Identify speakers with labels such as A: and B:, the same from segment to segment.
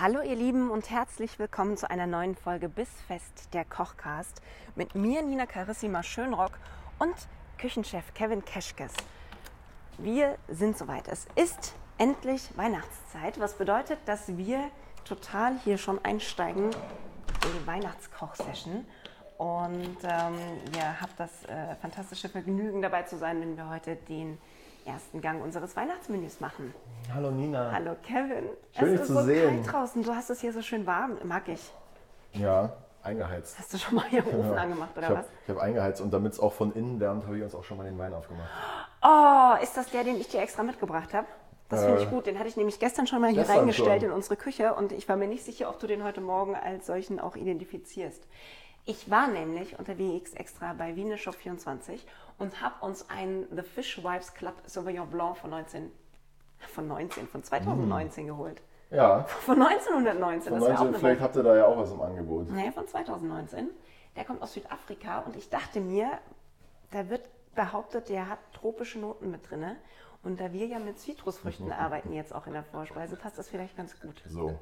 A: Hallo ihr Lieben und herzlich willkommen zu einer neuen Folge Bissfest der Kochcast mit mir Nina Carissima Schönrock und Küchenchef Kevin Keschkes. Wir sind soweit. Es ist endlich Weihnachtszeit, was bedeutet, dass wir total hier schon einsteigen in die Weihnachtskoch-Session. Und ähm, ihr habt das äh, fantastische Vergnügen dabei zu sein, wenn wir heute den ersten Gang unseres Weihnachtsmenüs machen.
B: Hallo Nina.
A: Hallo Kevin.
B: Schön,
A: es
B: dich
A: ist
B: zu
A: so
B: sehen.
A: kalt draußen. Du hast es hier so schön warm. Mag ich.
B: Ja, eingeheizt.
A: Hast du schon mal hier den Ofen
B: Ja.
A: angemacht oder
B: ich hab,
A: was?
B: Ich habe eingeheizt und damit es auch von innen wärmt, habe ich uns auch schon mal den Wein aufgemacht.
A: Oh, ist das der, den ich dir extra mitgebracht habe? Das finde ich
B: Äh,
A: gut. Den hatte ich nämlich gestern schon mal hier
B: gestern
A: reingestellt
B: schon.
A: in unsere Küche und ich war mir nicht sicher, ob du den heute Morgen als solchen auch identifizierst. Ich war nämlich unterwegs extra bei Wiener Shop 24 und habe uns einen The Fishwives Club Sauvignon Blanc von 19 von 19 von 2019 geholt.
B: Ja,
A: Von 1919,
B: Mm. von
A: das wäre auch
B: 19,
A: eine
B: vielleicht
A: Woche.
B: habt ihr da ja auch was im Angebot.
A: Nee, von 2019. Der kommt aus Südafrika und ich dachte mir, da wird behauptet, der hat tropische Noten mit drin. ne? Und da wir ja mit
B: Mhm.
A: Zitrusfrüchten arbeiten jetzt auch in der Vorspeise, passt das vielleicht ganz gut.
B: So,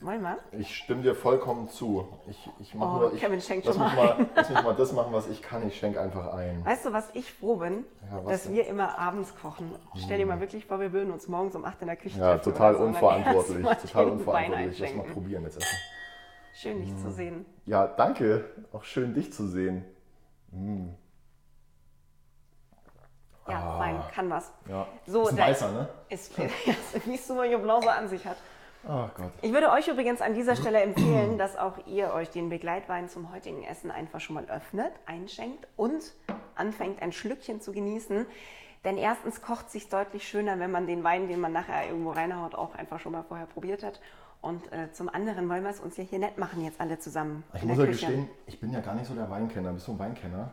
A: Wollen wir?
B: ich stimme dir vollkommen zu. Ich, ich mach
A: Oh,
B: nur, ich,
A: Kevin schenkt
B: lass
A: schon
B: mich
A: mal
B: mal, lass mich mal das machen, was ich kann. Ich schenke einfach ein.
A: Weißt du, was ich froh bin?
B: Ja, was
A: dass
B: denn? Mhm.
A: wir immer abends kochen. Stell dir mal wirklich vor, wir würden uns morgens um 8 in der Küche
B: Ja,
A: treffen
B: total
A: oder so, und dann
B: unverantwortlich.
A: erst mal
B: Total
A: den Wein
B: unverantwortlich. Mhm. Lass mal
A: einschenken.
B: probieren jetzt erstmal.
A: Schön, dich zu sehen.
B: Ja, danke. Auch schön, dich zu sehen.
A: Ja, Wein kann was.
B: Ja.
A: So,
B: Ah. ist ein
A: da-
B: weißer, ne?
A: Ist, wie es Sauvignon Blanc so an sich hat.
B: Oh Gott.
A: Ich würde euch übrigens an dieser Stelle empfehlen, dass auch ihr euch den Begleitwein zum heutigen Essen einfach schon mal öffnet, einschenkt und anfängt ein Schlückchen zu genießen. Denn erstens kocht sich deutlich schöner, wenn man den Wein, den man nachher irgendwo reinhaut, auch einfach schon mal vorher probiert hat. Und äh, zum anderen wollen wir es uns ja hier nett machen, jetzt alle zusammen.
B: Ich
A: in
B: muss
A: der
B: ja
A: Küche.
B: gestehen, ich bin ja gar nicht so der Weinkenner. Bist du ein Weinkenner?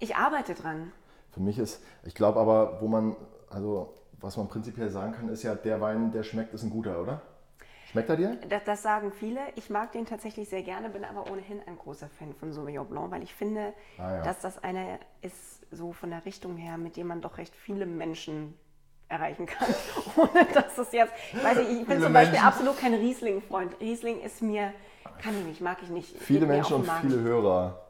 A: Ich arbeite dran.
B: Für mich ist, ich glaube aber, wo man, also was man prinzipiell sagen kann, ist ja, der Wein, der schmeckt, ist ein guter, oder? Schmeckt er dir?
A: Das, das sagen viele. Ich mag den tatsächlich sehr gerne, bin aber ohnehin ein großer Fan von Sauvignon Blanc, weil ich finde,
B: Ah, ja.
A: dass das einer ist, so von der Richtung her, mit dem man doch recht viele Menschen erreichen kann. Ohne dass es jetzt. Ich weiß nicht, ich bin
B: Viele
A: zum Beispiel
B: Menschen.
A: absolut kein Riesling-Freund. Riesling ist mir, kann ich nicht, mag ich nicht.
B: Viele
A: Geht mir
B: Menschen
A: auf
B: und
A: den Magen.
B: viele Hörer.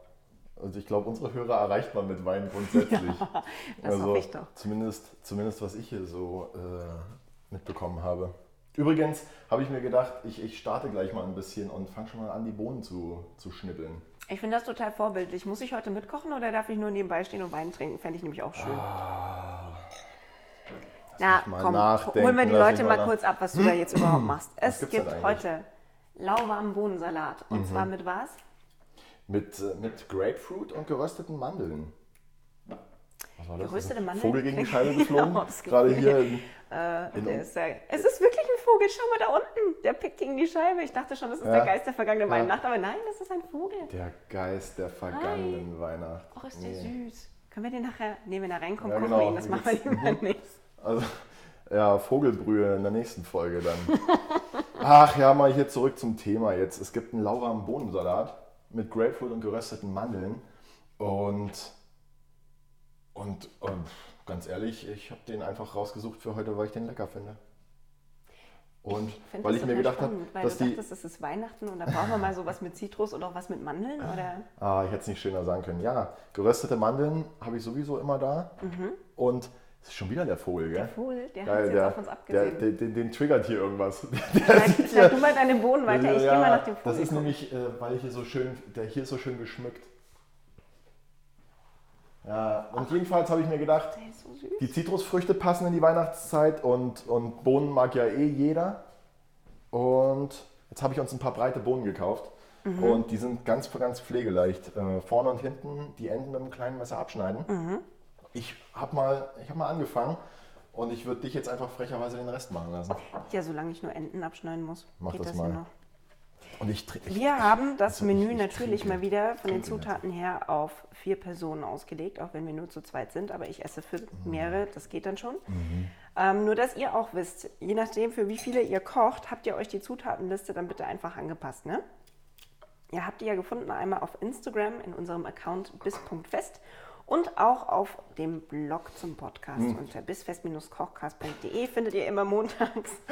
B: Also ich glaube, unsere Hörer erreicht man mit Wein grundsätzlich. Also,
A: das hoffe ich doch.
B: Zumindest, zumindest was ich hier so äh, mitbekommen habe. Übrigens habe ich mir gedacht, ich, ich starte gleich mal ein bisschen und fange schon mal an, die Bohnen zu, zu schnippeln.
A: Ich finde das total vorbildlich. Muss ich heute mitkochen oder darf ich nur nebenbei stehen und Wein trinken? Fände ich nämlich auch schön. Na,
B: mich mal
A: komm,
B: nachdenken,
A: hol mir die
B: lass
A: Leute
B: mich
A: mal
B: mal nach- Hm?
A: kurz ab, was du da jetzt überhaupt machst. Es
B: gibt's
A: gibt
B: denn eigentlich? Mhm.
A: heute lauwarmen Bohnensalat. Und zwar mit was?
B: Mit, äh, mit Grapefruit und gerösteten Mandeln. Was war das?
A: Geröstete Mandeln?
B: Vogel gegen die Scheibe geflogen.
A: Ja, das
B: Gerade
A: Gefühl.
B: hier. In, in, um-
A: Der ist ja, es ist wirklich ein Vogel. Schau mal da unten. Der pickt gegen die Scheibe. Ich dachte schon, das ist
B: Ja.
A: der Geist der vergangenen
B: Ja.
A: Weihnacht. Aber nein, das ist ein Vogel.
B: Der Geist der vergangenen Weihnacht.
A: Och, ist der süß. Können wir den nachher, nee, wenn er reinkommt,
B: Ja,
A: kochen wir
B: genau.
A: ihn. Das machen wir lieber nicht.
B: Also, ja, Vogelbrühe in der nächsten Folge dann. Ach ja, mal hier zurück zum Thema jetzt. Es gibt einen lauwarmen Bohnensalat mit Grapefruit und gerösteten Mandeln. Und, und, und ganz ehrlich, ich habe den einfach rausgesucht für heute, weil ich den lecker finde. Und
A: Find
B: weil
A: das
B: ich mir
A: total
B: gedacht habe,
A: spannend, weil
B: dass
A: du
B: die.
A: dachtest, es ist Weihnachten und da brauchen wir mal sowas mit Zitrus und auch was mit Mandeln oder
B: Ah, ich hätte es nicht schöner sagen können. Ja, geröstete Mandeln habe ich sowieso immer da.
A: Mhm.
B: Und es ist schon wieder der Vogel, gell? Der
A: Vogel, der hat's
B: Ah. Geil,
A: jetzt
B: der,
A: auf uns
B: der,
A: abgesehen.
B: der, den, den triggert hier irgendwas.
A: Schlag, schlag du mal deinen Boden weiter, ich gehe mal nach dem Vogel.
B: Das ist
A: gucken.
B: nämlich, äh, weil hier so schön, der hier ist so schön geschmückt. Ja, und jedenfalls habe ich mir gedacht,
A: Der ist so süß.
B: die Zitrusfrüchte passen in die Weihnachtszeit und, und Bohnen mag ja eh jeder. Und jetzt habe ich uns ein paar breite Bohnen gekauft. Und die sind ganz, ganz pflegeleicht. Äh, vorne und hinten die Enden mit einem kleinen Messer abschneiden. Ich habe mal, ich hab mal angefangen Und ich würde dich jetzt einfach frecherweise den Rest machen lassen.
A: Ja, solange ich nur Enden abschneiden muss,
B: Mach
A: geht
B: das
A: das
B: mal.
A: ja noch.
B: Und ich trinke.
A: Wir haben das
B: Also ich-
A: Menü
B: ich
A: natürlich
B: trinke-
A: mal wieder von den
B: trinke
A: Zutaten her auf vier Personen ausgelegt, auch wenn wir nur zu zweit sind. Aber ich esse für
B: Mhm.
A: mehrere, das geht dann schon. Ähm, nur, dass ihr auch wisst, je nachdem, für wie viele ihr kocht, habt ihr euch die Zutatenliste dann bitte einfach angepasst, ne? Ihr habt die ja gefunden einmal auf Instagram in unserem Account bis.fest und auch auf dem Blog zum Podcast
B: Hm.
A: unter bisfest-kochcast.de findet ihr immer montags.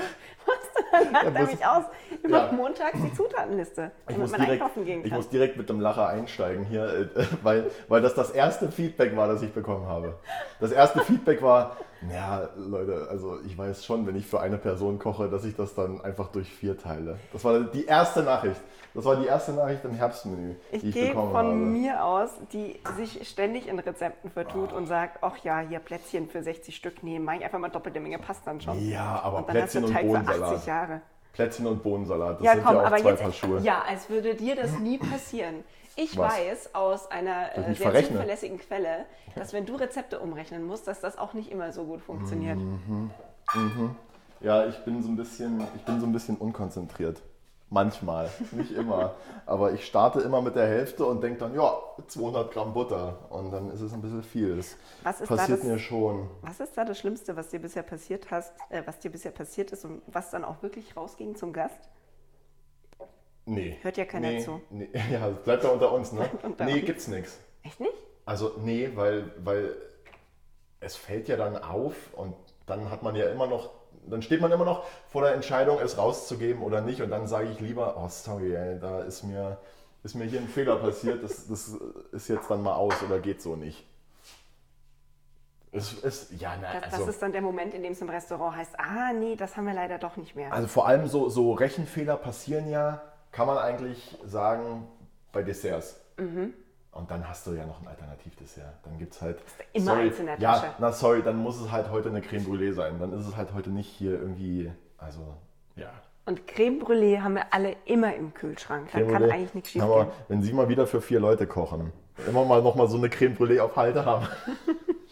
A: Was lacht er
B: das-
A: mich aus? Immer
B: ja.
A: montags die Zutatenliste,
B: Ich
A: damit
B: muss,
A: man
B: direkt,
A: einkaufen gehen
B: ich
A: kann.
B: muss direkt mit dem Lacher einsteigen hier, äh, weil, weil das das erste Feedback war, das ich bekommen habe. Das erste Feedback war, ja, Leute, also ich weiß schon, wenn ich für eine Person koche, dass ich das dann einfach durch vier teile. Das war die erste Nachricht. Das war die erste Nachricht im Herbstmenü,
A: Ich
B: die ich
A: gehe
B: bekommen
A: von
B: also. habe.
A: mir aus, die sich ständig in Rezepten vertut
B: Ah.
A: und sagt, ach ja, hier Plätzchen für 60 Stück nehmen, mache ich einfach mal doppelte Menge, passt dann schon.
B: Ja, aber
A: und dann hast du
B: Plätzchen und
A: Teig für 80
B: Bohnensalat.
A: Jahre.
B: Plätzchen und Bohnensalat, das
A: ja,
B: sind
A: komm,
B: ja auch
A: aber
B: zwei
A: jetzt,
B: Paar Schuhe.
A: ja, als würde dir das nie passieren. Ich
B: Was?
A: weiß aus einer
B: ich
A: äh,
B: mich
A: sehr
B: verrechne?
A: zuverlässigen Quelle, dass wenn du Rezepte umrechnen musst, dass das auch nicht immer so gut funktioniert.
B: Mm. Ja, ich bin so ein bisschen, ich bin so ein bisschen unkonzentriert. Manchmal, nicht immer. Aber ich starte immer mit der Hälfte und denke dann, ja, 200 Gramm Butter. Und dann ist es ein bisschen viel. Das
A: Was ist da
B: passiert
A: das-
B: mir schon.
A: Was ist da das Schlimmste, was dir bisher passiert hast, äh, was dir bisher passiert ist und was dann auch wirklich rausging zum Gast?
B: Nee.
A: Hört ja keiner
B: nee,
A: zu.
B: Nee, ja, das bleibt ja unter uns, ne?
A: unter
B: nee,
A: uns.
B: gibt's nichts.
A: Echt nicht?
B: Also, nee, weil, weil es fällt ja dann auf und dann hat man ja immer noch, dann steht man immer noch vor der Entscheidung, es rauszugeben oder nicht. Und dann sage ich lieber, oh sorry, ey, da ist mir, ist mir hier ein Fehler passiert, das, das ist jetzt dann mal aus oder geht so nicht. Es ist, ja, na,
A: Das,
B: also,
A: das Äh, ist dann der Moment, in dem es im Restaurant heißt, ah nee, das haben wir leider doch nicht mehr.
B: also vor allem so, so Rechenfehler passieren ja, kann man eigentlich sagen, bei Desserts.
A: Mhm.
B: Und dann hast du ja noch ein Alternativdessert. Dann gibt es halt.
A: immer
B: sorry,
A: eins in der Tasche.
B: Ja, na sorry, dann muss es halt heute eine Creme Brûlée sein. Dann ist es halt heute nicht hier irgendwie. Also, ja.
A: Und Creme Brûlée haben wir alle immer im Kühlschrank. Da
B: Creme
A: kann
B: Brûlée.
A: eigentlich nichts
B: Kann man-
A: schiefgehen.
B: Wenn Sie mal wieder für vier Leute kochen, immer mal nochmal so eine Creme Brûlée auf Halde haben.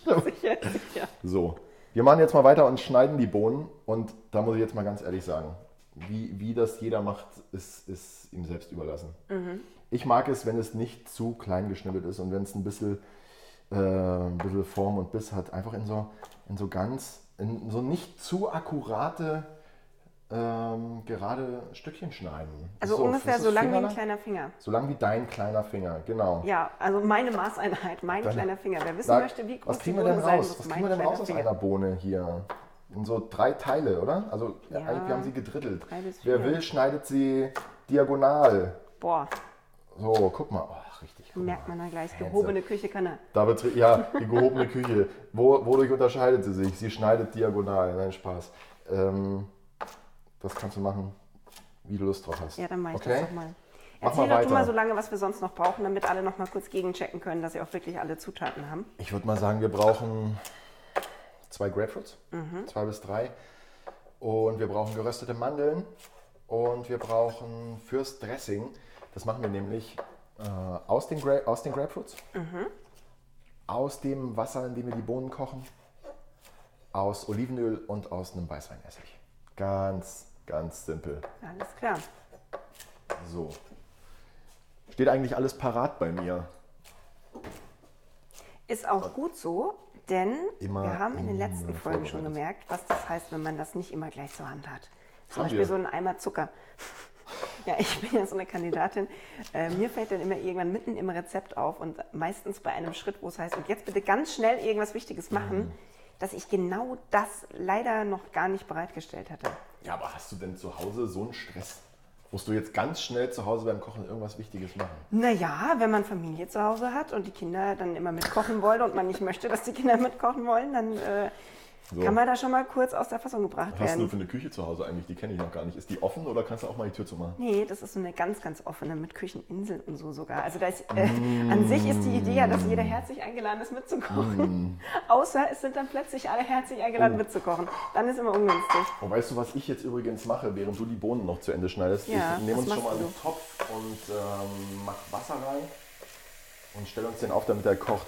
A: Sicher, sicher.
B: So, wir machen jetzt mal weiter und schneiden die Bohnen. Und da muss ich jetzt mal ganz ehrlich sagen, wie, wie das jeder macht, ist, ist ihm selbst überlassen.
A: Mhm.
B: Ich mag es, wenn es nicht zu klein geschnippelt ist und wenn es ein bisschen, äh, ein bisschen Form und Biss hat. Einfach in so, in so ganz, in so nicht zu akkurate, ähm, gerade Stückchen schneiden.
A: Also
B: So,
A: ungefähr
B: das ist
A: so lang wie ein
B: fingerlang-
A: kleiner Finger.
B: So lang wie dein kleiner Finger, genau.
A: Ja, also meine Maßeinheit, mein
B: Dann-
A: kleiner Finger. Wer wissen
B: Da-
A: möchte, wie groß
B: was
A: die
B: kriegen wir
A: Bohne
B: denn
A: sein
B: raus?
A: muss,
B: Was
A: mein
B: kriegen wir denn
A: kleiner
B: raus aus
A: Finger.
B: einer Bohne hier? In so drei Teile, oder? Also
A: Ja.
B: eigentlich, wir haben sie gedrittelt.
A: Drei bis
B: Wer
A: vier.
B: will, schneidet sie diagonal.
A: Boah,
B: So, guck mal. Oh, richtig. Guck
A: merkt man
B: mal.
A: dann gleich.
B: Hands
A: Gehobene
B: up.
A: Küche kann er.
B: Da wird's, ri- ja, die gehobene Küche. Wo, wodurch unterscheidet sie sich? Sie schneidet diagonal. Nein, Spaß. Ähm, das kannst du machen, wie du Lust drauf hast.
A: Ja, dann mach ich
B: okay?
A: das doch mal.
B: Mach
A: Erzähl
B: mal
A: doch du mal
B: weiter.
A: so lange, was wir sonst noch brauchen, damit alle noch mal kurz gegenchecken können, dass sie auch wirklich alle Zutaten haben.
B: Ich würde mal sagen, wir brauchen zwei Grapefruits, zwei bis drei. Und wir brauchen geröstete Mandeln. Und wir brauchen fürs Dressing, das machen wir nämlich äh, aus, den Gra aus den Grapefruits, aus dem Wasser, in dem wir die Bohnen kochen, aus Olivenöl und aus einem Weißweinessig. Ganz, ganz simpel.
A: Alles klar.
B: So. Steht eigentlich alles parat bei mir.
A: Ist auch gut so, denn
B: Immer
A: wir haben in den
B: immer
A: letzten Folgen schon
B: vorbereitet.
A: gemerkt, was das heißt, wenn man das nicht immer gleich zur Hand hat. Zum
B: Haben
A: Beispiel
B: wir.
A: so ein Eimer Zucker. Ja, ich bin ja so eine Kandidatin. Äh, mir fällt dann immer irgendwann mitten im Rezept auf und meistens bei einem Schritt, wo es heißt, und jetzt bitte ganz schnell irgendwas Wichtiges
B: Mhm.
A: machen, dass ich genau das leider noch gar nicht bereitgestellt hatte.
B: Ja, aber hast du denn zu Hause so einen Stress? Musst du jetzt ganz schnell zu Hause beim Kochen irgendwas Wichtiges machen?
A: Naja, wenn man Familie zu Hause hat und die Kinder dann immer mitkochen wollen und man nicht möchte, dass die Kinder mitkochen wollen, dann äh,
B: So.
A: kann man da schon mal kurz aus der Fassung gebracht
B: Was hast du
A: werden.
B: für eine Küche zu Hause eigentlich? Die kenne ich noch gar nicht. Ist die offen oder kannst du auch mal die Tür zumachen?
A: Nee, das ist so eine ganz, ganz offene mit Kücheninsel und so sogar. Also da ist, äh,
B: Mm.
A: an sich ist die Idee ja, dass jeder herzlich eingeladen ist
B: Mm.
A: mitzukochen. Außer es sind dann plötzlich alle herzlich eingeladen mitzukochen. Dann ist immer ungünstig.
B: Oh, weißt du, was ich jetzt übrigens mache, während du die Bohnen noch zu Ende schneidest?
A: Ja,
B: ich nehme
A: was
B: uns schon mal
A: machst
B: einen Topf und ähm, mach Wasser rein und stelle uns den auf, damit er kocht.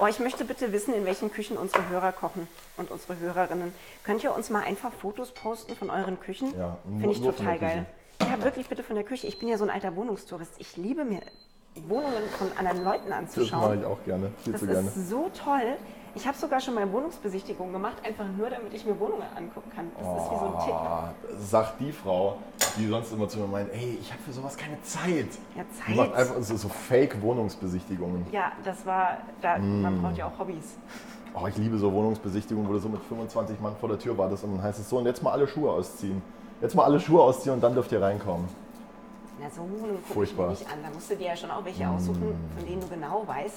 A: Oh, ich möchte bitte wissen, in welchen Küchen unsere Hörer kochen und unsere Hörerinnen. Könnt ihr uns mal einfach Fotos posten von euren Küchen?
B: Ja, nur-
A: Finde ich
B: nur von
A: total
B: der
A: geil. Ja, wirklich bitte von der Küche. Ich bin ja so ein alter Wohnungstourist. Ich liebe mir Wohnungen von anderen Leuten
B: Das mache
A: anzuschauen.
B: ich auch gerne, viel
A: Das
B: zu gerne.
A: ist so toll. Ich habe sogar schon mal Wohnungsbesichtigungen gemacht, einfach nur damit ich mir Wohnungen angucken kann. Das ist wie so ein Tick.
B: Ah, sagt die Frau, die sonst immer zu mir meint, ey, ich habe für sowas keine Zeit.
A: Ja,
B: Die
A: Zeit.
B: macht einfach so, so Fake-Wohnungsbesichtigungen.
A: Ja, das war, da,
B: Mm.
A: man braucht ja auch Hobbys.
B: Oh, ich liebe so Wohnungsbesichtigungen, wo du so mit 25 Mann vor der Tür wartest und dann heißt es so, und jetzt mal alle Schuhe ausziehen. Jetzt mal alle Schuhe ausziehen und dann dürft ihr reinkommen.
A: Na, so Wohnungen gucke ich mir
B: Furchtbar. Mm.
A: nicht an. Da musst du dir ja schon auch welche aussuchen, von denen du genau weißt,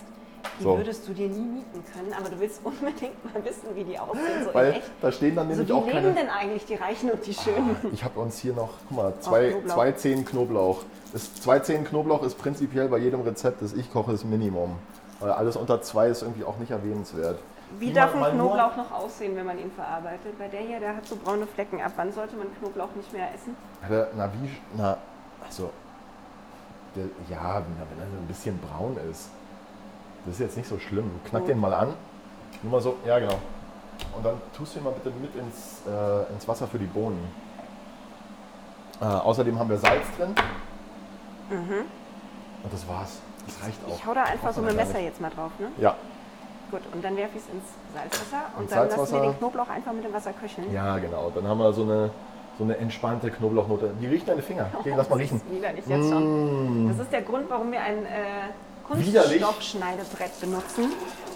A: die
B: So.
A: würdest du dir nie mieten können, aber du willst unbedingt mal wissen, wie die aussehen, so in
B: Weil
A: echt.
B: da stehen dann
A: So,
B: nämlich
A: wie
B: auch
A: leben
B: keine.
A: denn eigentlich die Reichen und die Schönen?
B: Ich habe uns hier noch, guck mal, zwei,
A: Knoblauch.
B: zwei Zehen Knoblauch. Das zwei Zehen Knoblauch ist prinzipiell bei jedem Rezept, das ich koche, das Minimum. Weil alles unter zwei ist irgendwie auch nicht erwähnenswert.
A: Wie
B: Niemand
A: darf ein
B: Ah. mal nur-
A: Knoblauch noch aussehen, wenn man ihn verarbeitet? Bei der hier, der hat so braune Flecken. Ab wann sollte man Knoblauch nicht mehr essen?
B: Alter, na wie, na, also, der, ja, na, wenn er so ein bisschen braun ist, das ist jetzt nicht so schlimm. Knack den mal an, nur mal so, ja genau. Und dann tust du ihn mal bitte mit ins, äh, ins Wasser für die Bohnen. Äh, außerdem haben wir Salz drin. Und das war's. Das reicht auch.
A: Mhm. Ich hau da einfach
B: Braucht
A: so
B: man
A: mit dem
B: ja
A: Messer
B: gar nicht.
A: jetzt mal drauf, ne?
B: Ja,
A: Gut, und dann werfe ich es ins Salzwasser und,
B: Ins
A: dann lassen wir
B: Salzwasser.
A: den Knoblauch einfach mit dem Wasser köcheln.
B: ja, genau. Dann haben wir so eine, so eine entspannte Knoblauchnote. Die riecht deine Finger. Okay, lass mal
A: Oh, Das
B: riechen. Mm.
A: ist widerlich jetzt schon. Das ist der Grund, warum wir ein äh,
B: Widerlich?
A: Kunststoffschneidebrett benutzen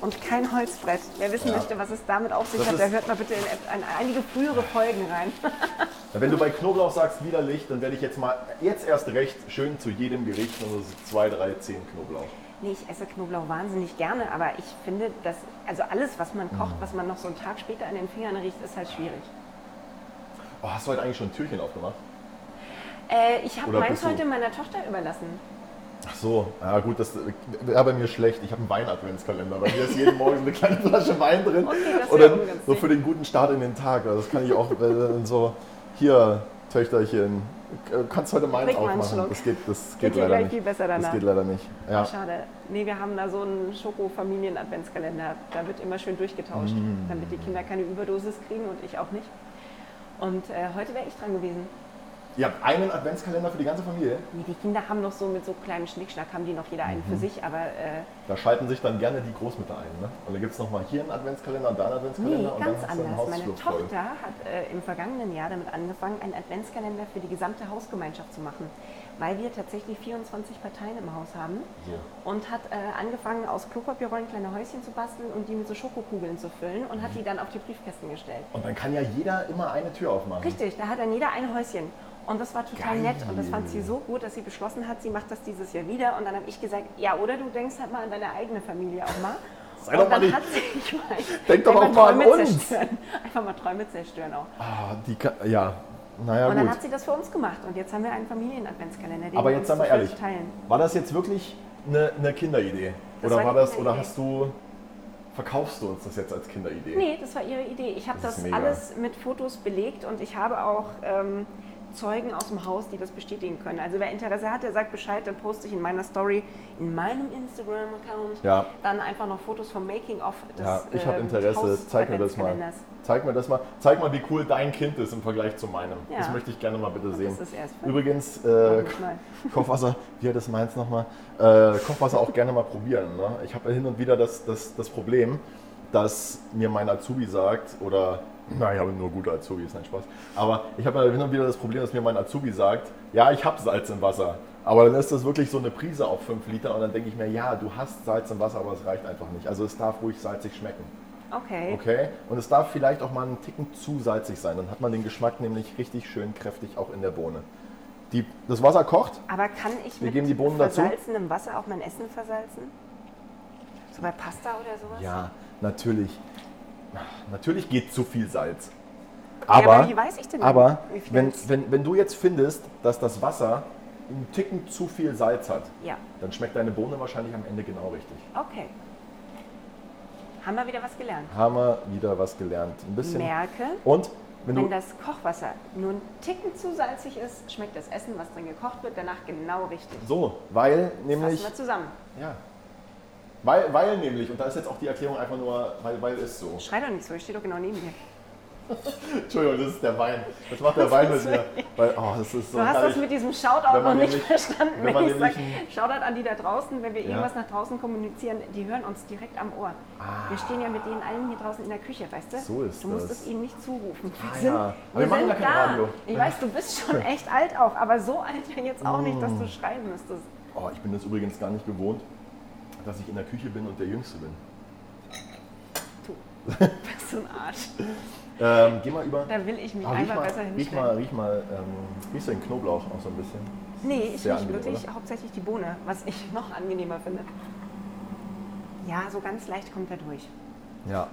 A: und kein Holzbrett. Wer wissen
B: Ja.
A: möchte, was es damit auf sich
B: Das
A: hat,
B: ist-
A: der hört mal bitte in, in einige frühere Folgen rein.
B: Na, Wenn du bei Knoblauch sagst widerlich, dann werde ich jetzt mal jetzt erst recht schön zu jedem Gericht nur so zwei, drei, zehn Knoblauch.
A: Nee, ich esse Knoblauch wahnsinnig gerne, aber ich finde, dass also alles, was man
B: Mm.
A: kocht, was man noch so einen Tag später an den Fingern riecht, ist halt schwierig.
B: Oh, hast du heute eigentlich schon ein Türchen aufgemacht?
A: Äh, ich habe
B: Oder
A: meins
B: bist du-
A: heute meiner Tochter überlassen.
B: Ach so, ja gut, das wäre bei mir schlecht. Ich habe einen Wein-Adventskalender. Bei mir ist jeden Morgen eine kleine Flasche Wein drin.
A: Okay, das wär
B: Und dann
A: ungünstig.
B: so für den guten Start in den Tag. Also das kann ich auch äh, dann so, hier, Töchterchen, äh, kannst heute meins
A: Trink mal einen
B: aufmachen.
A: Schluck.
B: Das geht, das
A: Geht
B: geht,
A: dir
B: leider
A: gleich
B: nicht.
A: viel besser
B: Das
A: danach.
B: geht leider nicht. Ja.
A: Schade. Nee, wir haben da so einen Schoko-Familien-Adventskalender. Da wird immer schön durchgetauscht, damit die Kinder keine Überdosis kriegen und ich auch nicht. Und äh, heute wäre ich dran gewesen.
B: Ihr habt einen Adventskalender für die ganze Familie.
A: Nee, die Kinder haben noch so mit so kleinen Schnickschnack, haben die noch jeder einen für sich, aber äh,
B: Da schalten sich dann gerne die Großmütter ein. Ne? Und da gibt es nochmal hier einen Adventskalender und da einen Adventskalender.
A: nee,
B: und
A: ganz
B: dann hast du einen
A: anders. Meine
B: Hausflur voll.
A: Tochter hat äh, im vergangenen Jahr damit angefangen, einen Adventskalender für die gesamte Hausgemeinschaft zu machen, weil wir tatsächlich 24 Parteien im Haus haben.
B: So.
A: und hat äh, angefangen, aus Klopapierrollen kleine Häuschen zu basteln und die mit so Schokokugeln zu füllen und hat
B: Mhm.
A: die dann auf die Briefkästen gestellt.
B: Und dann kann ja jeder immer eine Tür aufmachen.
A: Richtig, da hat dann jeder ein Häuschen. Und das war total
B: Geil.
A: nett und das fand sie so gut, dass sie beschlossen hat, sie macht das dieses Jahr wieder. Und dann habe ich gesagt, ja, oder du denkst halt mal an deine eigene Familie auch mal.
B: Sei
A: und
B: doch mal
A: dann
B: nicht-
A: hat sie, ich weiß,
B: Denk doch
A: einfach
B: auch mal an
A: Träume
B: uns.
A: Zerstören. Einfach mal Träume zerstören auch.
B: Ah, die kann, ja, naja
A: und dann hat
B: gut.
A: sie das für uns gemacht und jetzt haben wir einen Familien-Adventskalender, den
B: Aber
A: wir
B: jetzt
A: uns
B: sag mal
A: zu fünf
B: ehrlich,
A: teilen.
B: war das jetzt wirklich eine, eine Kinderidee?
A: Das
B: oder
A: war
B: war
A: eine
B: das, oder
A: Kinderidee.
B: hast du, verkaufst du uns das jetzt als Kinderidee?
A: Nee, das war ihre Idee. Ich habe
B: Das
A: das,
B: ist mega.
A: alles mit Fotos belegt und ich habe auch ähm, Zeugen aus dem Haus, die das bestätigen können. Also wer Interesse hat, der sagt Bescheid, dann poste ich in meiner Story, in meinem Instagram-Account,
B: Ja.
A: dann einfach noch Fotos vom Making-of des
B: Ja, ich habe
A: ähm,
B: Interesse.
A: Haus-
B: Zeig mir das mal.
A: Adventskalenders.
B: Zeig mir das mal. Zeig mal, wie cool dein Kind ist im Vergleich zu meinem.
A: Ja.
B: Das möchte ich gerne mal bitte sehen.
A: ist erst fünf.
B: Übrigens,
A: Mach
B: äh,
A: ich mal.
B: Kochwasser, wie hat das meins nochmal? Äh, Kochwasser auch gerne mal probieren. Ne? Ich habe hin und wieder das, das, das Problem, dass mir mein Azubi sagt, oder, naja, nur gute Azubis, nein, Spaß. Aber ich habe hin und wieder das Problem, dass mir mein Azubi sagt, ja, ich habe Salz im Wasser. Aber dann ist das wirklich so eine Prise auf 5 Liter und dann denke ich mir, ja, du hast Salz im Wasser, aber es reicht einfach nicht. Also es darf ruhig salzig schmecken.
A: Okay.
B: Okay, und es darf vielleicht auch mal einen Ticken zu salzig sein. Dann hat man den Geschmack nämlich richtig schön kräftig auch in der Bohne. Die, das Wasser kocht.
A: Aber kann ich
B: Wir
A: mit
B: geben die Bohnen dazu.
A: versalzenem Wasser auch mein Essen versalzen? So bei Pasta oder sowas?
B: Ja, natürlich. Natürlich geht zu viel Salz.
A: aber
B: Aber,
A: wie weiß ich denn,
B: aber
A: wie viel
B: wenn,
A: jetzt-
B: wenn, wenn du jetzt findest, dass das Wasser einen Ticken zu viel Salz hat,
A: Ja.
B: dann schmeckt deine Bohne wahrscheinlich am Ende genau richtig.
A: Okay. Haben wir wieder was gelernt.
B: Haben wir wieder was gelernt. Ein bisschen.
A: Merke,
B: Und wenn,
A: Wenn
B: du.
A: das Kochwasser nur einen Ticken zu salzig ist, schmeckt das Essen, was drin gekocht wird, danach genau richtig.
B: So, weil nämlich.
A: Fassen wir zusammen.
B: Ja. Weil, weil nämlich, und da ist jetzt auch die Erklärung einfach nur, weil, weil ist so.
A: Schrei doch nicht so, ich stehe doch genau neben dir.
B: Entschuldigung, das ist der Wein. Das macht der Wein mit mir. Weil, oh, das ist so
A: Du hast das
B: herrlich.
A: mit diesem Shoutout
B: wenn
A: noch
B: man
A: nicht
B: nämlich-
A: verstanden,
B: wenn
A: wenn,
B: man
A: ich sage,
B: nämlich
A: Shoutout an die da draußen, wenn wir irgendwas nach draußen kommunizieren, die hören uns direkt am Ohr. Wir stehen ja mit denen allen hier draußen in der Küche, weißt du?
B: Ah. So ist
A: du musst
B: das.
A: es ihnen nicht zurufen. Wir
B: Ah,
A: sind,
B: ja. Aber
A: wir
B: wir
A: sind
B: machen gar kein
A: da.
B: Radio.
A: Ich weiß, du bist schon echt alt auch, aber so alt ja jetzt auch nicht,
B: Mm.
A: dass du schreien müsstest.
B: Oh, ich bin das übrigens gar nicht gewohnt, dass ich in der Küche bin und der Jüngste bin.
A: Du bist so ein Arsch.
B: Ähm, geh mal über.
A: Da will ich mich
B: Ah, riech
A: einfach
B: mal,
A: besser
B: riech
A: hinstellen.
B: mal, riech mal, ähm, riechst du den Knoblauch auch so ein bisschen?
A: Nee, ich
B: Sehr
A: rieche
B: angenehm,
A: wirklich
B: oder?
A: hauptsächlich die Bohne, was ich noch angenehmer finde. Ja, so ganz leicht kommt er durch.
B: Ja.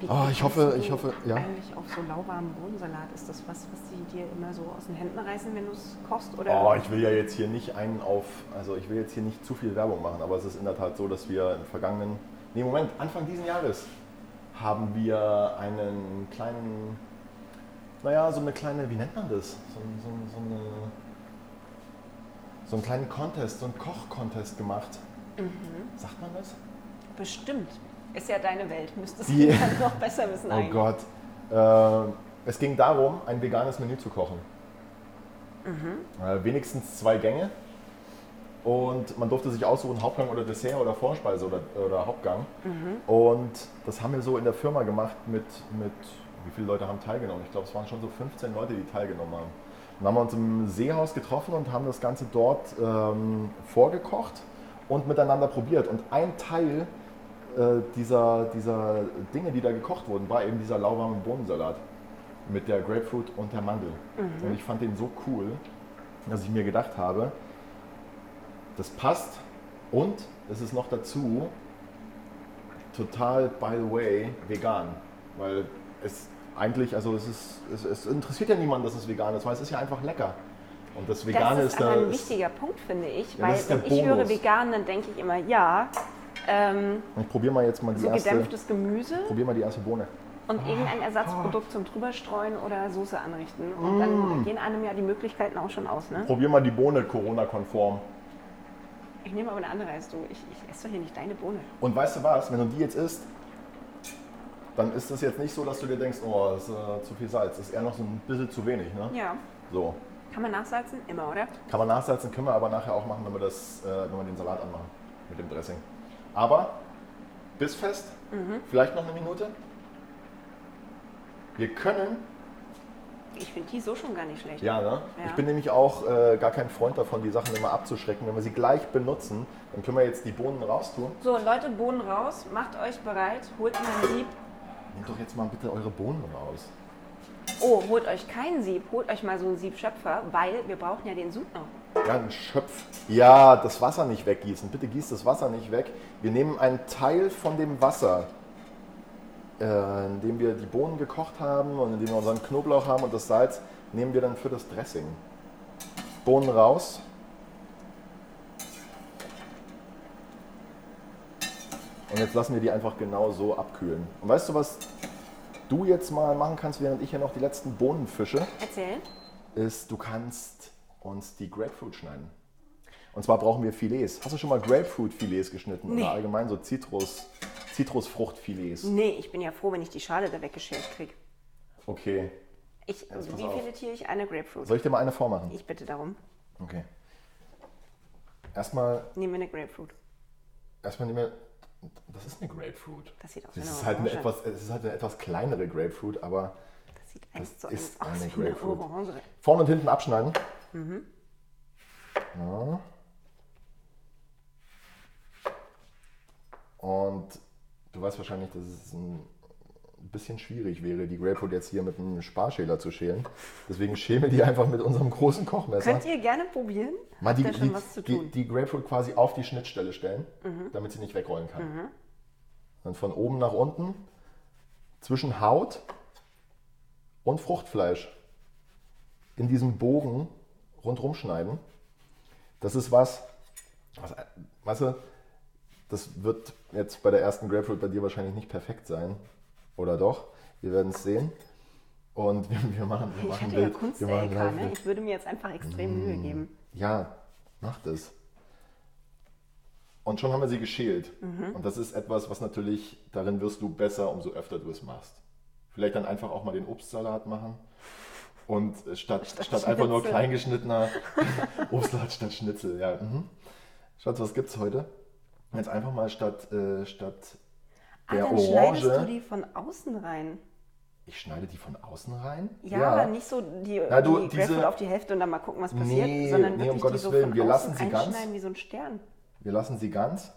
A: Wie
B: Ah, ich
A: kochst
B: hoffe-
A: du
B: ich hoffe- ja.
A: Eigentlich auf so lauwarmen Bohnensalat ist das was, was die dir immer so aus den Händen reißen, wenn du es kochst? Oder?
B: Oh, ich will ja jetzt hier nicht einen auf, also ich will jetzt hier nicht zu viel Werbung machen, aber es ist in der Tat so, dass wir im vergangenen, nee Moment, Anfang diesen Jahres haben wir einen kleinen, naja, so eine kleine, wie nennt man das? So, ein- so, ein- so, eine, so einen kleinen Contest, so einen Koch-Contest gemacht. Sagt man das?
A: Bestimmt. Ist ja deine Welt. Müsstest
B: Die-
A: du dann noch besser wissen
B: Oh
A: eigentlich.
B: Gott. Ähm, es ging darum, ein veganes Menü zu kochen. Äh, wenigstens zwei Gänge. Und man durfte sich aussuchen, Hauptgang oder Dessert oder Vorspeise oder, oder Hauptgang. Und das haben wir so in der Firma gemacht mit, mit wie viele Leute haben teilgenommen? Ich glaube, es waren schon so 15 Leute, die teilgenommen haben. Dann haben wir uns im Seehaus getroffen und haben das Ganze dort ähm, vorgekocht und miteinander probiert. Und ein Teil äh, dieser, dieser Dinge, die da gekocht wurden, war eben dieser lauwarme Bohnensalat mit der Grapefruit und der Mandel.
A: Mhm.
B: Und ich fand den so cool, dass ich mir gedacht habe, das passt und es ist noch dazu total, by the way, vegan. Weil es eigentlich, also es, ist, es, es interessiert ja niemanden, dass es vegan ist, weil es ist ja einfach lecker. Und das
A: Das
B: Vegane
A: ist,
B: da.
A: aber ein
B: ist-
A: wichtiger Punkt, finde ich,
B: Ja, das
A: weil
B: ist
A: wenn
B: der
A: ich höre
B: Bonus.
A: vegan, dann denke ich immer, ja, ähm,
B: Ich probiere mal jetzt mal die
A: so
B: erste. Ah,
A: gedämpftes Gemüse
B: Probier mal die erste Bohne.
A: und irgendein Ersatzprodukt zum drüberstreuen oder Soße anrichten. Und
B: Mm.
A: dann gehen einem ja die Möglichkeiten auch schon aus. Ne?
B: Probier mal die Bohne Corona-konform.
A: Ich nehme aber eine andere als du. Ich, ich esse doch hier nicht deine Bohne.
B: Und weißt du was, wenn du die jetzt isst, dann ist es jetzt nicht so, dass du dir denkst, oh, das ist äh, zu viel Salz. Das ist eher noch so ein bisschen zu wenig. Ne?
A: Ja.
B: So.
A: Kann man nachsalzen? Immer, oder?
B: Kann man nachsalzen, können wir aber nachher auch machen, wenn wir, das, äh, wenn wir den Salat anmachen mit dem Dressing. Aber bissfest,
A: Mhm.
B: vielleicht noch eine Minute. Wir können,
A: Ich finde die so schon gar nicht schlecht.
B: ja, ne?
A: Ja.
B: Ich bin nämlich auch äh, gar kein Freund davon, die Sachen immer abzuschrecken. Wenn wir sie gleich benutzen, dann können wir jetzt die Bohnen raustun.
A: So, Leute, Bohnen raus. Macht euch bereit. Holt mal ein Sieb.
B: Nehmt doch jetzt mal bitte eure Bohnen raus.
A: Oh, holt euch kein Sieb. Holt euch mal so einen Siebschöpfer, weil wir brauchen ja den Sud noch.
B: Ja, ein Schöpf. Ja, das Wasser nicht weggießen. Bitte gießt das Wasser nicht weg. Wir nehmen einen Teil von dem Wasser, äh, in dem wir die Bohnen gekocht haben und in dem wir unseren Knoblauch haben und das Salz, nehmen wir dann für das Dressing. Bohnen raus. Und jetzt lassen wir die einfach genau so abkühlen. Und weißt du, was du jetzt mal machen kannst, während ich hier noch die letzten Bohnen fische?
A: Erzähl.
B: ist, du kannst uns die Grapefruit schneiden. Und zwar brauchen wir Filets. Hast du schon mal Grapefruit-Filets geschnitten
A: Nee.
B: oder allgemein so Zitrus, Zitrusfrucht-Filets?
A: Nee, ich bin ja froh, wenn ich die Schale da weggeschält kriege.
B: Okay.
A: Ich,
B: pass
A: wie
B: auf.
A: filetiere ich eine Grapefruit?
B: Soll ich dir mal eine vormachen?
A: Ich bitte darum.
B: Okay. Erstmal,
A: Nehmen wir eine Grapefruit.
B: erstmal nehmen wir. Das ist eine Grapefruit.
A: Das sieht aus wie
B: das
A: eine
B: ist halt eine
A: Orange.
B: etwas, Es ist halt eine etwas kleinere Grapefruit, aber
A: Das sieht eins zu eins
B: ist
A: aus
B: eine
A: wie eine
B: Grapefruit.
A: Orange.
B: vorne und hinten abschneiden. Ja. Und du weißt wahrscheinlich, dass es ein bisschen schwierig wäre, die Grapefruit jetzt hier mit einem Sparschäler zu schälen. Deswegen schälen wir die einfach mit unserem großen Kochmesser.
A: Könnt ihr gerne probieren?
B: Mal die,
A: Habt ihr schon
B: die,
A: was zu
B: die,
A: tun? Mhm.
B: die Grapefruit quasi auf die Schnittstelle stellen, damit sie nicht wegrollen kann. Dann von oben nach unten, zwischen Haut und Fruchtfleisch. In diesem Bogen rundherum schneiden. Das ist was, was, weißt du, das wird jetzt bei der ersten Grapefruit bei dir wahrscheinlich nicht perfekt sein. Oder doch? Wir werden es sehen. Und wir, wir machen, wir
A: Ich
B: machen
A: hatte ja
B: Bild. wir machen
A: Kunst-LK,
B: live
A: ne?
B: Bild. Mm.
A: Ich würde mir jetzt einfach extrem Mühe geben.
B: Ja, macht es. Und schon haben wir sie geschält.
A: Mhm.
B: Und das ist etwas, was natürlich, darin wirst du besser, umso öfter du es machst. Vielleicht dann einfach auch mal den Obstsalat machen. Und äh, statt, statt, einfach nur
A: Schnitzel.
B: kleingeschnittener Obstsalat statt Schnitzel, ja. Mhm. Schatz, was gibt's heute? Jetzt einfach mal statt, äh, statt
A: Ah,
B: der
A: dann schneidest du
B: Orange.
A: die von außen rein.
B: Ich schneide die von außen rein?
A: Ja, aber nicht so die,
B: Na, du,
A: die
B: diese-
A: Grapefruit auf die Hälfte und dann mal gucken, was passiert,
B: Nee,
A: sondern
B: nee,
A: wirklich
B: um
A: die
B: Gottes
A: so
B: Willen,
A: von
B: wir
A: außen
B: lassen sie ganz.
A: einschneiden wie so ein Stern.
B: Wir lassen sie ganz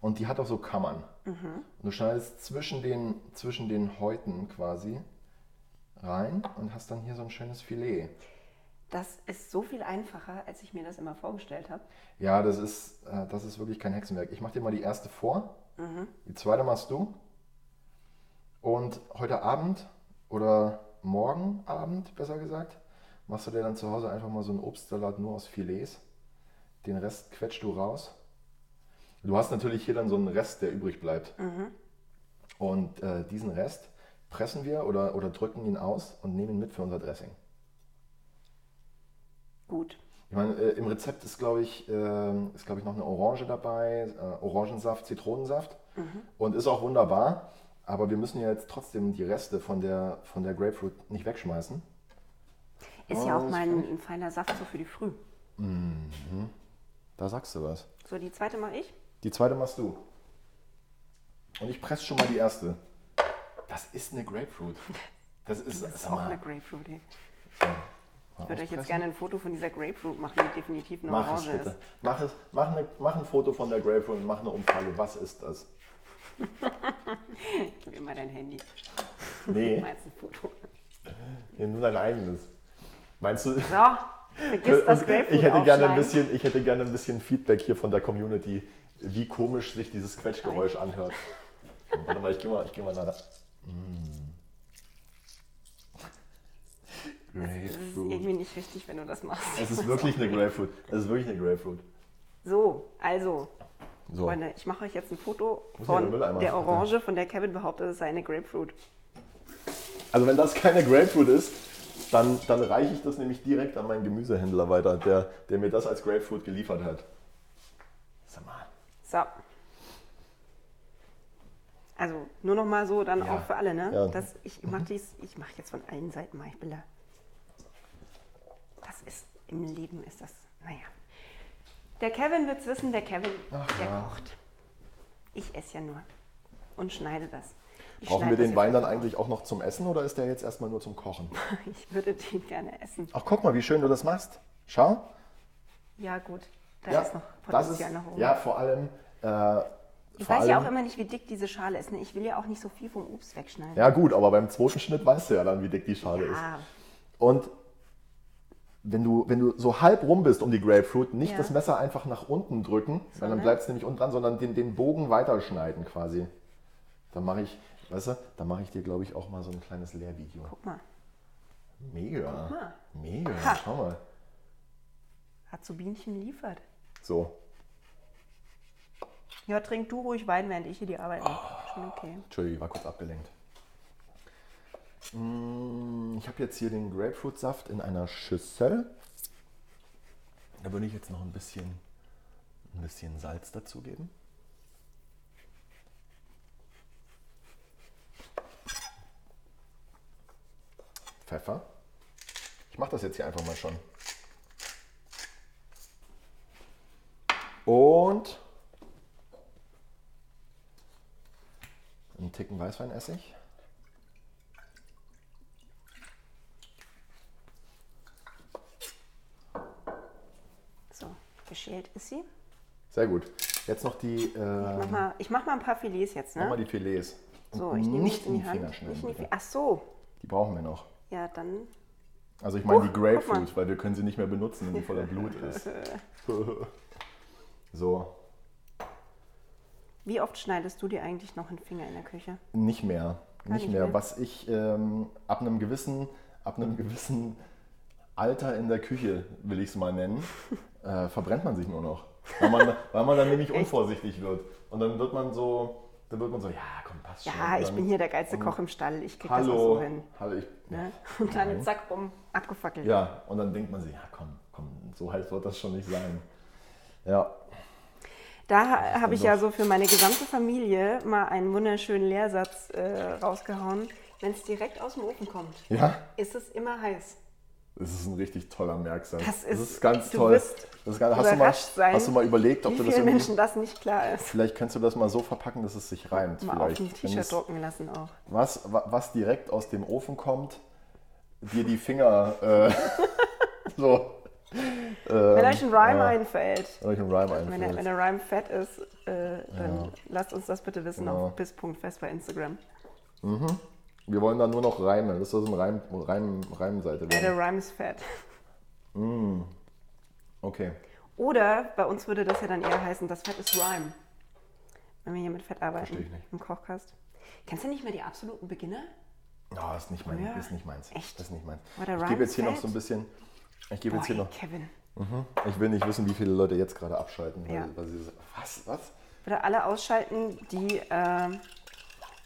B: und die hat auch so Kammern. Und du schneidest zwischen den, zwischen den Häuten quasi rein und hast dann hier so ein schönes Filet.
A: Das ist so viel einfacher, als ich mir das immer vorgestellt habe.
B: Ja, das ist, äh, das ist wirklich kein Hexenwerk. Ich mache dir mal die erste vor, die zweite machst du. Und heute Abend oder morgen Abend, besser gesagt, machst du dir dann zu Hause einfach mal so einen Obstsalat nur aus Filets. Den Rest quetschst du raus. Du hast natürlich hier dann so einen Rest, der übrig bleibt. Und äh, diesen Rest pressen wir oder, oder drücken ihn aus und nehmen ihn mit für unser Dressing.
A: Gut.
B: Ich meine, äh, im Rezept ist, glaube ich, ähm, ist, glaube ich, noch eine Orange dabei, äh, Orangensaft, Zitronensaft
A: Mhm.
B: und ist auch wunderbar. Aber wir müssen ja jetzt trotzdem die Reste von der, von der Grapefruit nicht wegschmeißen.
A: Ist
B: Oh,
A: ja auch
B: das
A: mal
B: kann
A: ein, ein feiner Saft so für die Früh.
B: Da sagst du was.
A: So, die zweite mache ich.
B: Die zweite machst du. Und ich presse schon mal die erste. Das ist eine Grapefruit. Das ist,
A: Das ist
B: sag
A: auch
B: mal,
A: eine Grapefruit. ey.
B: mal
A: Ich würde euch
B: auspressen.
A: jetzt gerne ein Foto von dieser Grapefruit machen, die definitiv eine
B: Mach es
A: Orange
B: bitte.
A: ist.
B: Mach, es, mach, eine, mach ein Foto von der Grapefruit und mach eine Umfrage. Was ist das?
A: Gib mir mal dein Handy.
B: Nee,
A: Mal jetzt ein Foto.
B: nimm nur dein eigenes. Meinst du,
A: So, vergiss das
B: Äh, Und
A: Grapefruit
B: ich, hätte gerne ein
A: aufschneiden.
B: bisschen, ich hätte gerne ein bisschen Feedback hier von der Community, wie komisch sich dieses Quetschgeräusch anhört. Hm, Warte mal, ich gehe mal, ich geh mal Hm. nach. Mm.
A: Das ist
B: Grapefruit.
A: irgendwie nicht richtig, wenn du das machst.
B: Es ist wirklich eine Grapefruit. Es ist wirklich eine Grapefruit.
A: So, also,
B: So.
A: Freunde, ich mache euch jetzt ein Foto
B: Muss ja der
A: von
B: Mülleimer
A: der
B: sein.
A: Orange, von der Kevin behauptet, es sei eine Grapefruit.
B: Also wenn das keine Grapefruit ist, dann, dann reiche ich das nämlich direkt an meinen Gemüsehändler weiter, der, der mir das als Grapefruit geliefert hat. Sag mal.
A: So. Also, nur noch mal so, dann
B: Ja.
A: auch für alle, ne?
B: Ja. Mhm.
A: Das, ich mache dies, ich mache jetzt von allen Seiten mal Bilder. Das ist, im Leben ist das, naja. Der Kevin wird's wissen, der Kevin,
B: Ach
A: der
B: ja.
A: kocht. Ich esse ja nur und schneide das. Ich
B: Brauchen wir
A: schneide
B: den
A: das
B: Wein dann
A: jetzt
B: eigentlich auch noch zum Essen oder ist der jetzt erstmal nur zum Kochen?
A: auch. Ich würde den gerne essen.
B: Ach, guck mal, wie schön du das machst. Schau.
A: Ja, gut. Da
B: Ja,
A: ist noch
B: das
A: Potenzial
B: ist,
A: nach oben.
B: ja vor allem. Äh,
A: ich
B: vor
A: weiß
B: allem,
A: ja auch immer nicht, wie dick diese Schale ist. Ne? Ich will ja auch nicht so viel vom Obst wegschneiden.
B: Ja, gut, aber beim zweiten Schnitt weißt du ja dann, wie dick die Schale ist.
A: Ah,
B: Und wenn du, wenn du so halb rum bist um die Grapefruit, nicht
A: Ja.
B: das Messer einfach nach unten drücken, weil dann
A: ne?
B: bleibt es nämlich unten dran, sondern den, den Bogen weiterschneiden quasi. Dann mache ich, weißt du, dann mache ich dir, glaube ich, auch mal so ein kleines Lehrvideo.
A: guck mal.
B: Mega.
A: mal.
B: Mega,
A: Ha.
B: schau mal.
A: Hat so Bienchen liefert.
B: So,
A: Ja, trink du ruhig Wein, während ich hier die Arbeit mache.
B: Oh.
A: Schon okay.
B: Entschuldigung, ich war kurz abgelenkt. Mm, Ich habe jetzt hier den Grapefruitsaft in einer Schüssel. Da würde ich jetzt noch ein bisschen, ein bisschen Salz dazugeben. Pfeffer. Ich mache das jetzt hier einfach mal schon. Und einen Ticken Weißweinessig.
A: So, geschält ist sie.
B: Sehr gut. Jetzt noch die, äh,
A: Ich mach
B: noch
A: mal, ich mach mal ein paar Filets jetzt, ne?
B: mal die Filets.
A: so, ich nehme nicht
B: nicht
A: in die
B: in die
A: Hand.
B: Finger schneiden,
A: nicht in die
B: bitte.
A: Fi- Ach so.
B: Die brauchen wir noch.
A: Ja, dann.
B: Also ich meine
A: Oh,
B: die
A: guck mal.
B: Grapefruit, weil wir können sie nicht mehr benutzen, wenn die voller Blut ist. so,
A: Wie oft schneidest du dir eigentlich noch einen Finger in der Küche?
B: nicht mehr. Nicht,
A: nicht
B: mehr.
A: mehr.
B: Was ich ähm, ab einem gewissen, ab einem gewissen Alter in der Küche, will ich es mal nennen, äh, verbrennt man sich nur noch. Weil man, weil man dann nämlich unvorsichtig wird. Und dann wird man so, Dann wird man so, ja, komm, passt schon.
A: Ja,
B: Und
A: ich
B: dann,
A: bin hier der geilste Koch im Stall. Ich krieg das auch
B: Hallo,
A: so hin.
B: hallo, ich,
A: Ne? Und dann zack, bumm, abgefackelt.
B: Ja, und dann denkt man sich, ja komm, komm, so heiß wird das schon nicht sein. Ja,
A: Da habe ich
B: doch-
A: ja so für meine gesamte Familie mal einen wunderschönen Lehrsatz äh, rausgehauen. Wenn es direkt aus dem Ofen kommt,
B: ja,
A: ist es immer heiß.
B: das ist ein richtig toller Merksatz.
A: Das ist-
B: ganz
A: du
B: toll.
A: wirst
B: das ist ganz, hast, du mal,
A: überrascht sein,
B: hast du mal überlegt, ob
A: Wie
B: du das
A: vielen
B: irgendwie,
A: Menschen das nicht klar ist.
B: vielleicht kannst du das mal so verpacken, dass es sich reimt.
A: Mal auf
B: vielleicht. Ähm,
A: ein
B: Wenn
A: T-Shirt
B: es-
A: drucken lassen auch.
B: was, wa- was direkt aus dem Ofen kommt, dir die Finger äh, so, ähm,
A: Wenn euch ein Rhyme
B: ja.
A: einfällt,
B: wenn euch ein
A: wenn
B: Rhyme
A: der, wenn
B: einfällt.
A: der Rhyme fett ist, äh, dann lasst uns das bitte wissen
B: Genau.
A: auf bis.fest bei Instagram.
B: Wir wollen da nur noch Reime. Das soll so eine Reim, Reim, Reimseite
A: Ja, der
B: werden.
A: Rhyme ist fett.
B: Okay.
A: Oder bei uns würde das ja dann eher heißen, das Fett ist Rhyme. Wenn wir hier mit Fett arbeiten
B: Versteh ich nicht.
A: im Kochkast. Kennst du nicht mehr die absoluten Beginner?
B: Ja, ist nicht mein,
A: Ja.
B: ist nicht meins.
A: Echt?
B: Ist nicht meins.
A: War der
B: Ich
A: Rhyme
B: gebe jetzt hier noch
A: fett?
B: so ein bisschen. Ich gebe
A: Boah,
B: jetzt hier
A: ey,
B: noch.
A: Kevin.
B: Ich will nicht wissen, wie viele Leute jetzt gerade abschalten. Weil,
A: Ja.
B: weil sie so, was? Was?
A: Bitte alle ausschalten, die äh, der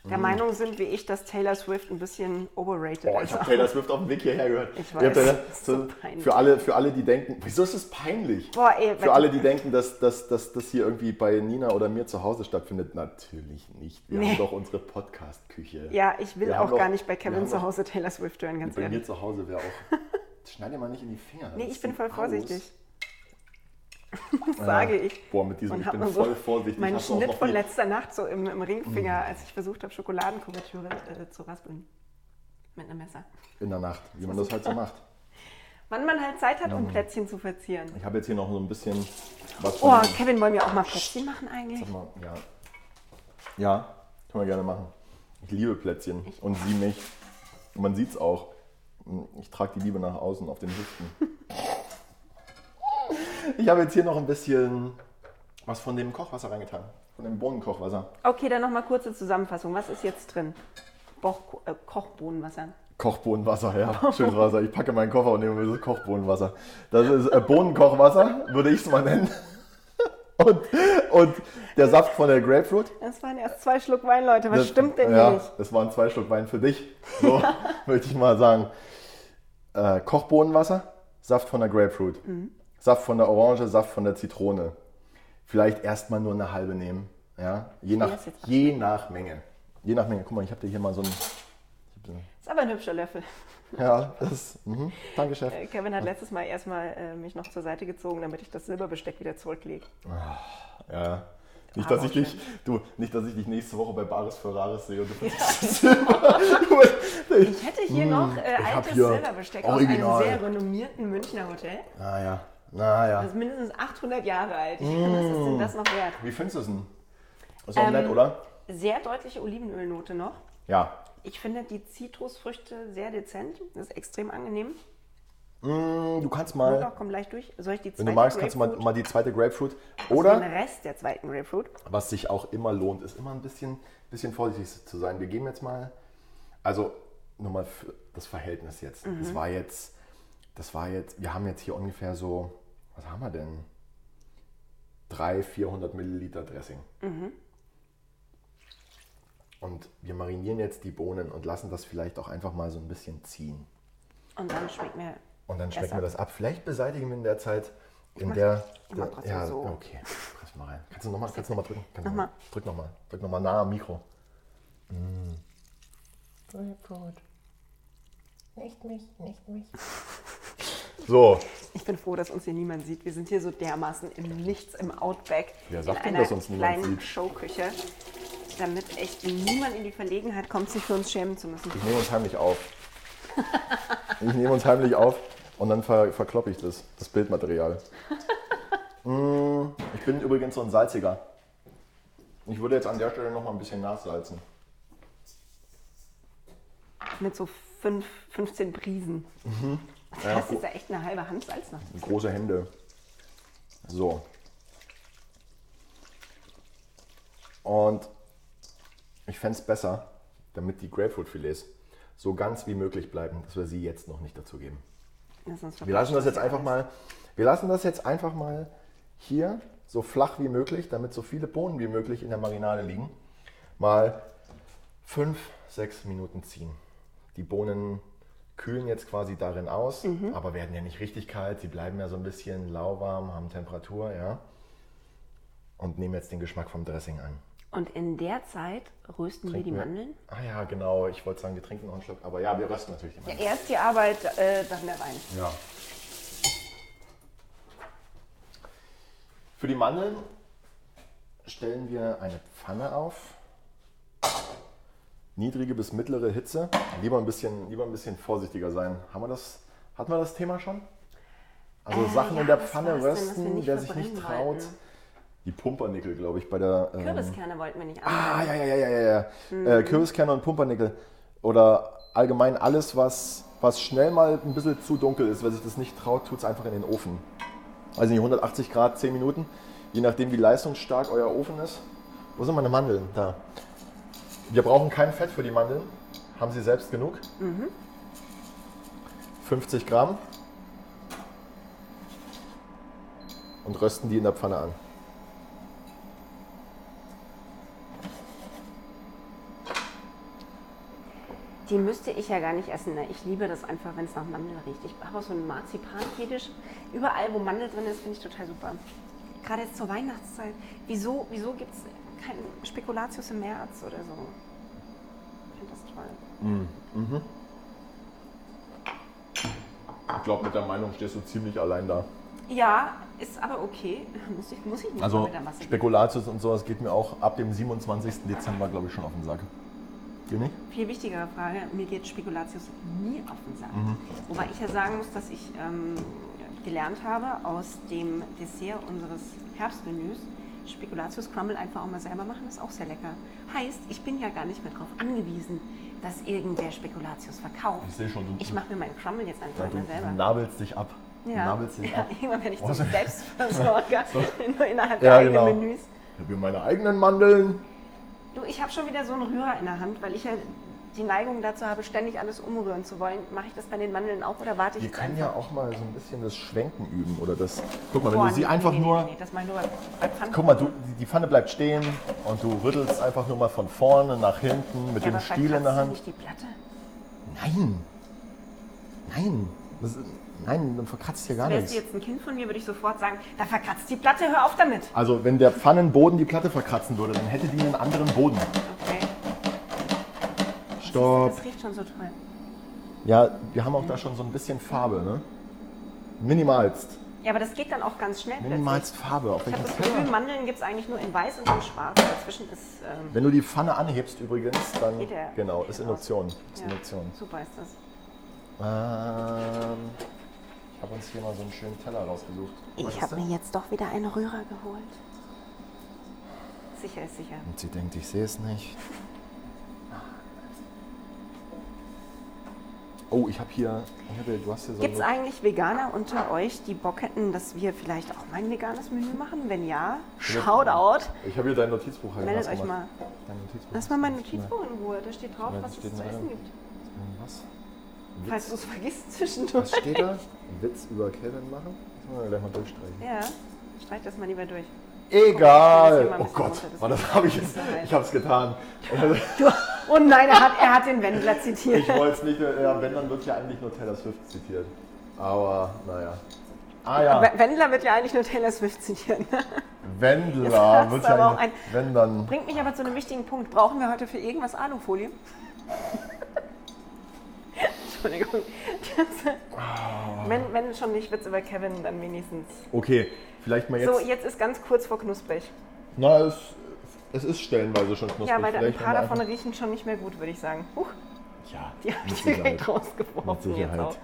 B: Mm.
A: Meinung sind, wie ich, dass Taylor Swift ein bisschen overrated
B: Boah, ich
A: ist.
B: habe Taylor Swift auf dem Weg hierher gehört.
A: Ich
B: Ihr habt
A: weiß,
B: ja-
A: das ist so peinlich.
B: für, alle, für alle, die denken, wieso ist es peinlich?
A: Boah, ey,
B: für alle, die denken, dass dass- dass das hier irgendwie bei Nina oder mir zu Hause stattfindet. Natürlich nicht. Wir
A: Nee.
B: haben doch unsere Podcast-Küche.
A: ja, ich will
B: Wir
A: auch
B: haben
A: gar
B: doch-
A: nicht bei
B: wir
A: Kevin
B: haben
A: zu
B: doch-
A: Hause Taylor Swift hören, ganz
B: Bei mir
A: ehrlich.
B: zu Hause wäre auch. Schneide mal nicht in die Finger.
A: Nee,
B: das
A: ich bin
B: sieht
A: voll
B: aus.
A: vorsichtig. Das sage ich.
B: Boah, mit diesem,
A: Und
B: ich
A: habe
B: bin
A: mal so
B: voll vorsichtig.
A: meinen
B: Hast du auch
A: Schnitt
B: noch
A: von
B: die- Mm.
A: letzter Nacht so im, im Ringfinger, als ich versucht habe, Schokoladenkuvertüre äh, zu raspeln. Mit einem Messer.
B: In der Nacht, wie man das halt so macht.
A: Wann man halt Zeit hat, um Plätzchen zu verzieren.
B: Ich habe jetzt hier noch so ein bisschen was von.
A: Oh, Kevin, wollen wir auch mal Plätzchen machen eigentlich?
B: Sag mal, ja. ja, können wir gerne machen. Ich liebe Plätzchen und sie mich. Und man sieht es auch. Ich trage die Liebe nach außen auf den Hüften. Ich habe jetzt hier noch ein bisschen was von dem Kochwasser reingetan. Von dem Bohnenkochwasser.
A: Okay, dann nochmal kurze Zusammenfassung. Was ist jetzt drin? Boch, äh, Kochbohnenwasser.
B: Kochbohnenwasser, ja. Schönes Wasser. Ich packe meinen Koffer und nehme mir das Kochbohnenwasser. Das ist äh, Bohnenkochwasser, würde ich es mal nennen. Und, und der Saft von der Grapefruit.
A: Das waren erst zwei Schluck Wein, Leute. Was
B: Das-
A: stimmt denn
B: ja,
A: hier nicht?
B: Das waren zwei Schluck Wein für dich. So möchte ich mal sagen. Äh, Kochbohnenwasser, Saft von der Grapefruit,
A: Mhm.
B: Saft von der Orange, Saft von der Zitrone. Vielleicht erstmal nur eine halbe nehmen. Ja? Je, nach,
A: das jetzt
B: je nach Menge. Je nach Menge. Guck mal, ich habe dir hier mal so ein.
A: Ist aber ein hübscher Löffel.
B: Ja, das ist. Mhm. Danke, Chef.
A: Äh, Kevin hat letztes Mal erstmal äh, mich noch zur Seite gezogen, damit ich das Silberbesteck wieder zurücklege.
B: Ja. Nicht, dass
A: Aber
B: ich dich, du, nicht, dass ich dich nächste Woche bei Bares für Rares sehe und du ja.
A: Ich hätte hier noch äh,
B: Hm, ich hab
A: altes
B: hier
A: Silberbesteck aus
B: original.
A: einem sehr renommierten Münchner Hotel.
B: Naja, naja.
A: Das ist mindestens 800 Jahre alt. Ich finde, was
B: Hm.
A: ist denn das noch wert?
B: Wie findest du es denn? Ist auch
A: Ähm,
B: nett, oder?
A: Sehr deutliche Olivenölnote noch.
B: Ja.
A: Ich finde die Zitrusfrüchte sehr dezent. Das ist extrem angenehm.
B: Mm, Du kannst
A: Ja,
B: mal,
A: komm gleich durch. Soll ich die
B: wenn
A: zweite
B: du magst, kannst du mal,
A: Grapefruit-
B: mal die zweite Grapefruit.
A: den
B: Oder,
A: Rest der zweiten Grapefruit.
B: was sich auch immer lohnt, ist immer ein bisschen, bisschen vorsichtig zu sein. Wir geben jetzt mal, also nochmal für das Verhältnis jetzt. Das war jetzt, das war jetzt, wir haben jetzt hier ungefähr so, was haben wir denn? 300, 400 Milliliter Dressing. Und wir marinieren jetzt die Bohnen und lassen das vielleicht auch einfach mal so ein bisschen ziehen.
A: Und dann schmeckt mir.
B: Und dann schmecken
A: Besser.
B: wir das ab. Vielleicht beseitigen wir in der Zeit, in der.
A: ich mach
B: der-
A: trotzdem
B: ja,
A: so.
B: okay. Press mal rein. Kannst du nochmal noch mal- kannst du noch mal drücken? Kannst du
A: Nochmal.
B: noch mal- Drück nochmal. Drück nochmal nah am Mikro. Mm. Gut.
C: Nicht mich, nicht mich.
B: So,
A: Ich bin froh, dass uns hier niemand sieht. Wir sind hier so dermaßen im Nichts, im Outback.
B: Wer sagt
A: in
B: denn,
A: einer
B: dass uns niemand
A: kleinen
B: sieht?
A: Showküche. Damit echt niemand in die Verlegenheit kommt, sich für uns schämen zu müssen.
B: ich nehme uns heimlich auf. Ich nehme uns heimlich auf und dann ver verkloppe ich das, das Bildmaterial. Mm, ich bin übrigens so ein Salziger. Ich würde jetzt an der Stelle nochmal ein bisschen nachsalzen.
A: Mit so fünf, 15 Prisen. Das ist ja echt eine halbe Hand Salz noch.
B: Große Hände. So. Und ich fände es besser, damit die Grapefruit-Filets so ganz wie möglich bleiben, dass wir sie jetzt noch nicht dazu geben. Wir lassen das jetzt einfach mal, wir lassen das jetzt einfach mal hier so flach wie möglich, damit so viele Bohnen wie möglich in der Marinade liegen. mal 5, 6 Minuten ziehen. Die Bohnen kühlen jetzt quasi darin aus,
A: Mhm.
B: aber werden ja nicht richtig kalt. Sie bleiben ja so ein bisschen lauwarm, haben Temperatur, ja. Und nehmen jetzt den Geschmack vom Dressing an.
A: Und in der Zeit rösten wir die Mandeln?
B: Ah ja, genau. Ich wollte sagen, wir trinken noch einen Schluck. Aber ja, wir rösten natürlich die Mandeln.
A: Erst die Arbeit, äh, dann der Wein.
B: Ja. Für die Mandeln stellen wir eine Pfanne auf. Niedrige bis mittlere Hitze. Lieber ein bisschen, lieber ein bisschen vorsichtiger sein. Haben wir das, hatten wir das Thema schon? Also
A: Äh,
B: Sachen
A: ja,
B: in der
A: was war's
B: Pfanne
A: denn, was wir
B: rösten,
A: nicht
B: wer sich nicht
A: verbrennen
B: traut.
A: wollten?
B: Die Pumpernickel, glaube ich, bei der. Ähm,
A: Kürbiskerne wollten wir nicht
B: Ah,
A: anbauen.
B: ja, ja, ja, ja, ja. ja. Äh, Kürbiskerne und Pumpernickel. Oder allgemein alles, was, was schnell mal ein bisschen zu dunkel ist. Wer sich das nicht traut, tut es einfach in den Ofen. Also nicht 180 Grad, 10 Minuten. Je nachdem, wie leistungsstark euer Ofen ist. Wo sind meine Mandeln? Da. Wir brauchen kein Fett für die Mandeln. Haben sie selbst genug? 50 Gramm. Und rösten die in der Pfanne an.
A: Die müsste ich ja gar nicht essen. Ne? Ich liebe das einfach, wenn es nach Mandel riecht. Ich habe auch so einen Marzipan-Fetisch. Überall, wo Mandel drin ist, finde ich total super. Gerade jetzt zur Weihnachtszeit. Wieso, wieso gibt es keinen Spekulatius im März oder so? Ich finde das toll.
B: Ich glaube, mit der Meinung stehst du ziemlich allein da.
A: Ja, ist aber okay. Muss ich, muss ich nicht mal
B: Also
A: mit der Masse gehen.
B: Spekulatius und sowas geht mir auch ab dem 27. Dezember, glaube ich, schon auf den Sack. Dir nicht?
A: Viel wichtigere Frage, mir geht Spekulatius nie auf den Sack.
B: Mhm.
A: Wobei ich ja sagen muss, dass ich ähm, gelernt habe aus dem Dessert unseres Herbstmenüs, Spekulatius Crumble einfach auch mal selber machen, ist auch sehr lecker. Heißt, ich bin ja gar nicht mehr darauf angewiesen, dass irgendwer Spekulatius verkauft.
B: Ich sehe schon, du-
A: Ich mache mir meinen Crumble jetzt einfach
B: Du
A: mal selber.
B: nabelst dich ab. Du Nabelst dich
A: ja
B: ab.
A: irgendwann werde ich zum
B: Was?
A: Selbstversorger nur innerhalb
B: Oh,
A: der
B: Ja,
A: eigenen
B: genau.
A: Menüs.
B: Ich habe hier meine eigenen Mandeln.
A: Du, ich habe schon wieder so einen Rührer in der Hand, weil ich ja die Neigung dazu habe, ständig alles umrühren zu wollen. Mache ich das bei den Mandeln auch oder warte ich
B: Wir
A: jetzt
B: können
A: einfach?
B: ja auch mal so ein bisschen das Schwenken üben oder das. Guck mal, wenn
A: Boah,
B: du sie
A: nee,
B: einfach
A: nee, nee,
B: nur.
A: Nee, das meine ich nur bei Pfannkuchen.
B: Guck mal, du, die- die Pfanne bleibt stehen und du rüttelst einfach nur mal von vorne nach hinten mit
A: ja,
B: dem
A: aber
B: Stiel in
A: verkratzt
B: der
A: du
B: Hand.
A: nicht die Platte?
B: Nein. Nein. Das, ist- nein, dann verkratzt hier gar
A: Wärst
B: nichts.
A: du jetzt ein Kind von mir, würde ich sofort sagen, da verkratzt die Platte, hör auf damit.
B: Also, wenn der Pfannenboden die Platte verkratzen würde, dann hätte die einen anderen Boden.
A: Okay.
B: Stopp.
A: Das riecht schon so toll.
B: Ja, wir haben auch da schon so ein bisschen Farbe, ne? Minimalst.
A: Ja, aber das geht dann auch ganz schnell
B: Minimalst Farbe. Auf
A: plötzlich. Ich habe
B: welchem
A: das Gefühl,
B: Teller?
A: Mandeln gibt es eigentlich nur in weiß und in schwarz. Dazwischen ist... Ähm,
B: Wenn du die Pfanne anhebst übrigens, dann.
A: Geht der-
B: Genau, ist Induktion. Ist
A: ja,
B: Induktion.
A: Super ist das.
B: Ähm, ich habe uns hier mal so einen schönen Teller rausgesucht. Was
A: Ich
B: ist
A: habe
B: das?
A: mir jetzt doch wieder einen Rührer geholt. Sicher ist sicher.
B: Und sie denkt, ich sehe es nicht. Oh, ich habe hier, ich hab hier. Du hast hier so.
A: Gibt es
B: eine-
A: eigentlich Veganer unter euch, die Bock hätten, dass wir vielleicht auch mal ein veganes Menü machen? Wenn ja, Shoutout.
B: Ich habe hier dein Notizbuch halt
A: Meldet
B: was
A: euch mal.
B: gemacht. Dein Notizbuch.
A: Lass mal mein Notizbuch in Ruhe. Da steht drauf,
B: Ja,
A: was
B: steht
A: es zu
B: da
A: essen
B: drin.
A: gibt.
B: Was?
A: Falls du es vergisst
B: Was
A: zwischendurch.
B: steht da? Witz über Kevin machen? Das müssen wir gleich mal durchstreichen.
A: Ja, streich das mal lieber durch.
B: Egal!
A: Guck mal,
B: Oh
A: ich will das hier mal ein
B: Gott,
A: bisschen runter-
B: Mann, das habe ich jetzt. Ich habe es getan.
A: Oh nein, er hat, er hat den Wendler zitiert.
B: Ich wollte es nicht, ja, wenn, dann wird ja eigentlich nur Taylor Swift zitiert. Aber naja. Ah ja,
A: W- Wendler wird ja eigentlich nur Taylor Swift zitieren.
B: Wendler wird
A: aber
B: ja
A: auch ein-
B: eigentlich. Wenn dann.
A: Bringt mich aber zu einem wichtigen Punkt. Brauchen wir heute für irgendwas Alufolie? Entschuldigung. Das- wenn, wenn schon nicht Witz über Kevin, dann wenigstens.
B: Okay, vielleicht mal jetzt.
A: So, jetzt ist ganz kurz vor knusprig.
B: Na, es, es ist stellenweise schon knusprig.
A: Ja, weil ein
B: Vielleicht
A: paar
B: haben wir
A: davon
B: einfach-
A: riechen schon nicht mehr gut, würde ich sagen. Huch,
B: Ja,
A: die habe
B: mit
A: ich direkt
B: Sicherheit. Mit
A: rausgeworfen. Jetzt auch.
B: Sicherheit.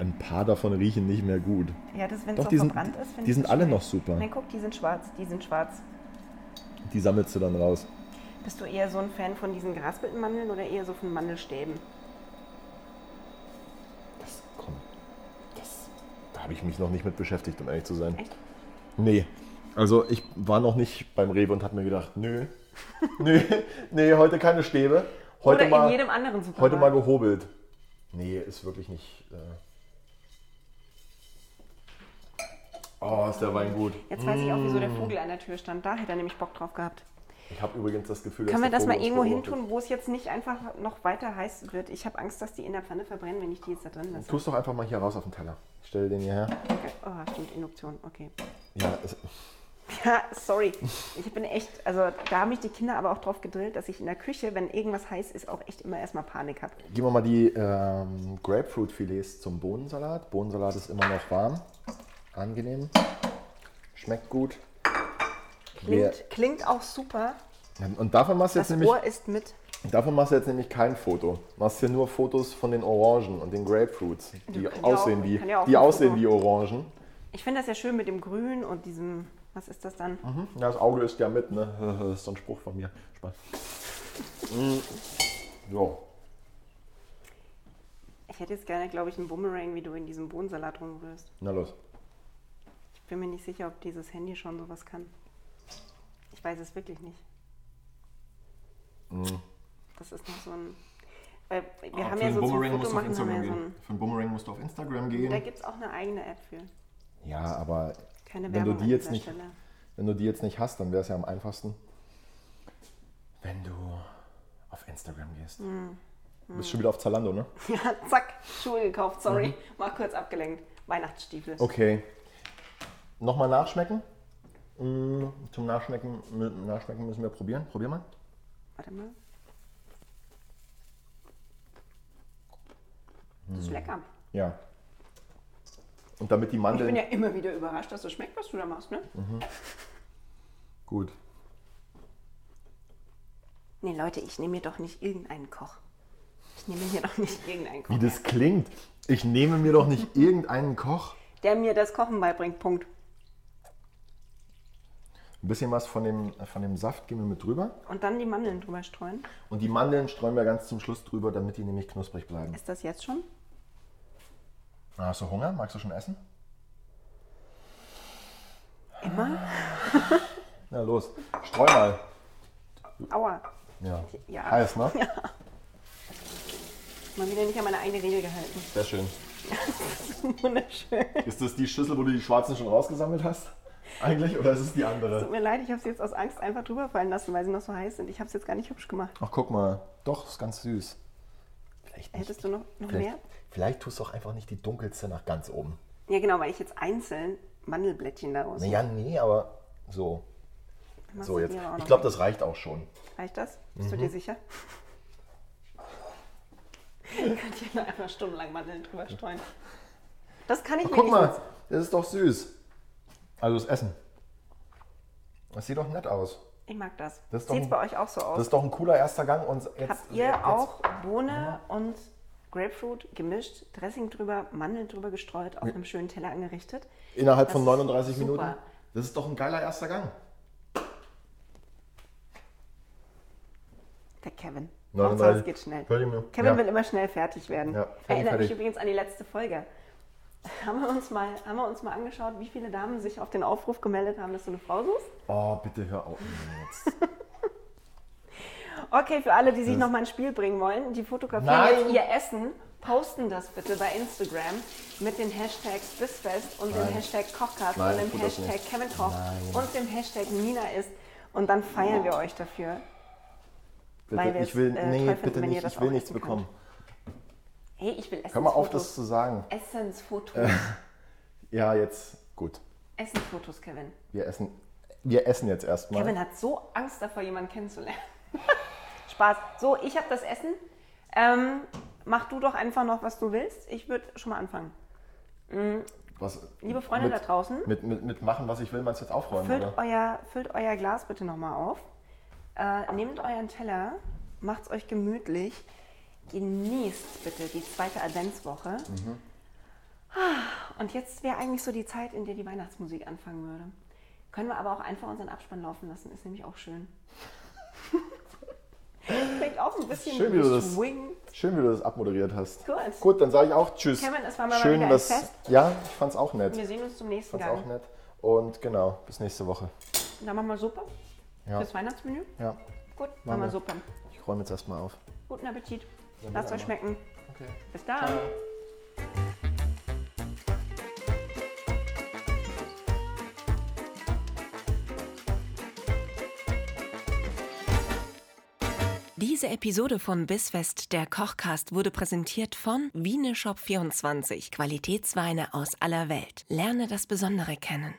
B: Ein paar davon riechen nicht mehr gut.
A: Ja, das, wenn es
B: Doch,
A: so
B: die sind-
A: verbrannt ist, finde
B: die
A: ich
B: sind
A: das
B: alle
A: schlecht.
B: noch super.
A: Nein, guck, die sind schwarz, die sind schwarz.
B: Die sammelst du dann raus.
A: Bist du eher so ein Fan von diesen geraspelten Mandeln oder eher so von Mandelstäben?
B: Das, komm, das, da habe ich mich noch nicht mit beschäftigt, um ehrlich zu sein.
A: Echt?
B: Nee. Also ich war noch nicht beim Rewe und habe mir gedacht, nö, nö, nee, heute keine Stäbe. Heute
A: oder
B: mal,
A: in jedem anderen Supermarkt?
B: heute mal gehobelt. Nee, ist wirklich nicht. Äh oh, ist der Wein gut. Oh, Mm.
A: Jetzt weiß ich auch, wieso der Vogel an der Tür stand. Da hätte er nämlich Bock drauf gehabt.
B: Ich habe übrigens das Gefühl,
A: Können wir
B: dass
A: das
B: der
A: mal
B: Vogel
A: irgendwo
B: uns
A: hintun, wo es jetzt nicht einfach noch weiter heiß wird? Ich habe Angst, dass die in der Pfanne verbrennen, wenn ich die jetzt da drin
B: beobachtet.
A: lasse.
B: Tu es doch einfach mal hier raus auf den Teller. Ich stelle den hier her.
A: Okay. Oh, stimmt, Induktion, okay.
B: Ja, es,
A: Ja, sorry. Ich bin echt, also da haben mich die Kinder aber auch drauf gedrillt, dass ich in der Küche, wenn irgendwas heiß ist, auch echt immer erstmal Panik habe.
B: gehen wir mal die ähm, Grapefruit-Filets zum Bohnensalat. Bohnensalat ist immer noch warm, angenehm, schmeckt gut. Wir-
A: Klingt, klingt auch super.
B: Und davon machst du jetzt
A: Das
B: nämlich
A: Ohr ist mit.
B: Davon machst du jetzt nämlich kein Foto. Machst hier nur Fotos von den Orangen und den Grapefruits, die
A: kann ja
B: aussehen
A: auch-
B: wie
A: kann ja auch
B: die
A: ein
B: aussehen
A: Foto.
B: wie Orangen.
A: Ich finde das ja schön mit dem Grün und diesem, was ist das dann?
B: Mhm. Ja, das Auge ist ja mit, ne? Das ist so ein Spruch von mir. Spaß. Mm. ja.
A: Ich hätte jetzt gerne, glaube ich, einen Boomerang, wie du in diesem Bohnensalat rumrührst.
B: Na los.
A: Ich bin mir nicht sicher, ob dieses Handy schon sowas kann. Ich weiß es wirklich nicht. Das ist noch so ein. Weil wir haben ja so zum Foto machen, haben wir ja so ein,
B: Für einen Boomerang musst du auf Instagram
A: Da
B: gehen.
A: gibt es auch eine eigene App für.
B: Ja, aber
A: Keine
B: wenn du
A: Werbung
B: die
A: an
B: jetzt
A: dieser
B: nicht,
A: Stelle.
B: wenn du die jetzt nicht hast, dann wäre es ja am einfachsten, wenn du auf Instagram gehst.
A: Hm,
B: Du bist schon wieder auf Zalando, ne?
A: Ja, zack, Schuhe gekauft, sorry. Mal kurz abgelenkt. Weihnachtsstiefel.
B: Mhm. Okay. Nochmal nachschmecken. Mm, Zum Nachschmecken, mü- Nachschmecken müssen wir probieren. Probier mal.
A: Warte mal. Das
B: Mhm.
A: ist lecker.
B: Ja. Und damit die
A: Ich bin
B: Mandeln.
A: ja immer wieder überrascht, dass es schmeckt, was du da machst, ne?
B: Mhm. Gut.
A: Nee, Leute, ich nehme mir doch nicht irgendeinen Koch. Ich nehme mir doch nicht irgendeinen Koch,
B: Wie das klingt. Ich nehme mir doch nicht irgendeinen Koch.
A: der mir das Kochen beibringt. Punkt.
B: Ein bisschen was von dem, von dem Saft geben wir mit drüber.
A: Und dann die Mandeln drüber streuen.
B: Und die Mandeln streuen wir ganz zum Schluss drüber, damit die nämlich knusprig bleiben.
A: Ist das jetzt schon?
B: Na, Hast du Hunger? Magst du schon essen? Immer? Na los. Streu mal.
A: Aua.
B: Ja.
A: Ja.
B: Heiß, ne?
A: Mal wieder nicht an meine eigene Regel gehalten.
B: Sehr schön.
A: Wunderschön.
B: Ist das die Schüssel, wo du die schwarzen schon rausgesammelt hast? Eigentlich? Oder ist es die andere?
A: Tut mir leid, ich habe es jetzt aus Angst einfach drüber fallen lassen, weil sie noch so heiß sind. Ich habe es jetzt gar nicht hübsch gemacht.
B: Ach, guck mal. Doch, ist ganz süß. Vielleicht
A: Hättest du noch, noch mehr?
B: vielleicht, vielleicht tust du auch einfach nicht die dunkelste nach ganz oben.
A: Ja, genau, weil ich jetzt einzeln Mandelblättchen daraus.
B: Naja, nee, aber so.
A: mache.
B: So jetzt.
A: Auch
B: Ich
A: noch.
B: glaube, das Mhm. reicht auch schon.
A: Reicht das? Bist du dir sicher? Ich könnte hier noch einfach stundenlang Mandeln drüber streuen. Das kann ich
B: Guck mal,
A: wenigstens.
B: das ist doch süß. Also das Essen. Das sieht doch nett aus.
A: Ich mag das.
B: Das ist doch
A: Sieht es
B: ein-
A: bei euch auch so
B: Das
A: aus?
B: ist doch ein cooler erster Gang. Und jetzt,
A: Habt ihr
B: jetzt,
A: auch Bohne und Grapefruit gemischt, Dressing drüber, Mandeln drüber gestreut, auf einem schönen Teller angerichtet?
B: Innerhalb von
A: Das
B: 39
A: ist super.
B: Minuten. Das ist doch ein geiler erster Gang.
A: Der Kevin.
B: Nein,
A: Hauptsache,
B: nein.
A: es geht schnell.
B: Völlig mir-
A: Kevin
B: ja.
A: will immer schnell fertig werden.
B: Ja, fertig,
A: Erinnert mich
B: fertig.
A: übrigens an die letzte Folge. Haben wir, uns mal, haben wir uns mal angeschaut, wie viele Damen sich auf den Aufruf gemeldet haben, dass du eine Frau suchst?
B: Oh, bitte hör auf. Nee, Jetzt.
A: Okay, für alle, die sich
B: Das-
A: nochmal ins Spiel bringen wollen, die fotografieren
B: Nein!
A: jetzt ihr Essen, posten das bitte bei Instagram mit den Hashtags Bisfest und dem
B: Nein.
A: Hashtag Kochkast
B: Nein,
A: und dem
B: tut das
A: Hashtag
B: nicht.
A: Kevin Koch
B: Nein.
A: und dem Hashtag Nina ist. Und dann feiern wir euch dafür. Weil
B: Bitte,
A: wir
B: ich
A: es,
B: will,
A: äh, toll
B: nee,
A: finden,
B: bitte
A: wenn ihr
B: nicht,
A: das
B: ich will
A: auch
B: nichts
A: essen könnt.
B: bekommen.
A: Hey, ich will Essensfotos.
B: Hör mal auf, das zu sagen.
A: Essensfotos.
B: Ja, jetzt. Gut.
A: Essensfotos, Kevin.
B: Wir essen, wir essen jetzt erstmal.
A: Kevin hat so Angst davor, jemanden kennenzulernen. Spaß. So, ich habe das Essen. Ähm, mach du doch einfach noch, was du willst. Ich würde schon mal anfangen.
B: was,
A: Liebe Freunde
B: mit,
A: da draußen.
B: Mit, mit, mit machen, was ich will, meinst du jetzt aufräumen?
A: Füllt
B: Oder?
A: euer, füllt euer Glas bitte nochmal auf. Äh, nehmt euren Teller, macht's euch gemütlich. Genießt bitte die zweite Adventswoche.
B: Mhm.
A: Ah, Und jetzt wäre eigentlich so die Zeit, in der die Weihnachtsmusik anfangen würde. Können wir aber auch einfach unseren Abspann laufen lassen, ist nämlich auch schön. Klingt auch ein bisschen
B: Schön, wie du das-
A: swing.
B: Schön, wie du das abmoderiert hast.
A: Gut.
B: Gut, dann sage ich auch Tschüss.
A: Kevin, es war mal
B: Schön,
A: wieder ein
B: dass,
A: Fest.
B: Ja, ich fand's auch nett.
A: Wir sehen uns zum nächsten
B: fand's auch
A: Gang.
B: nett. Und genau, bis nächste Woche.
A: Dann machen wir Suppe
B: Ja.
A: fürs Weihnachtsmenü.
B: Ja,
A: Gut, machen wir
B: wir.
A: Suppe.
B: ich räume jetzt erstmal auf.
A: Guten Appetit. Lasst euch schmecken.
B: Okay.
A: Bis dann. Diese Episode von Bissfest, der Kochcast, wurde präsentiert von Wieneshop24, Qualitätsweine aus aller Welt. Lerne das Besondere kennen.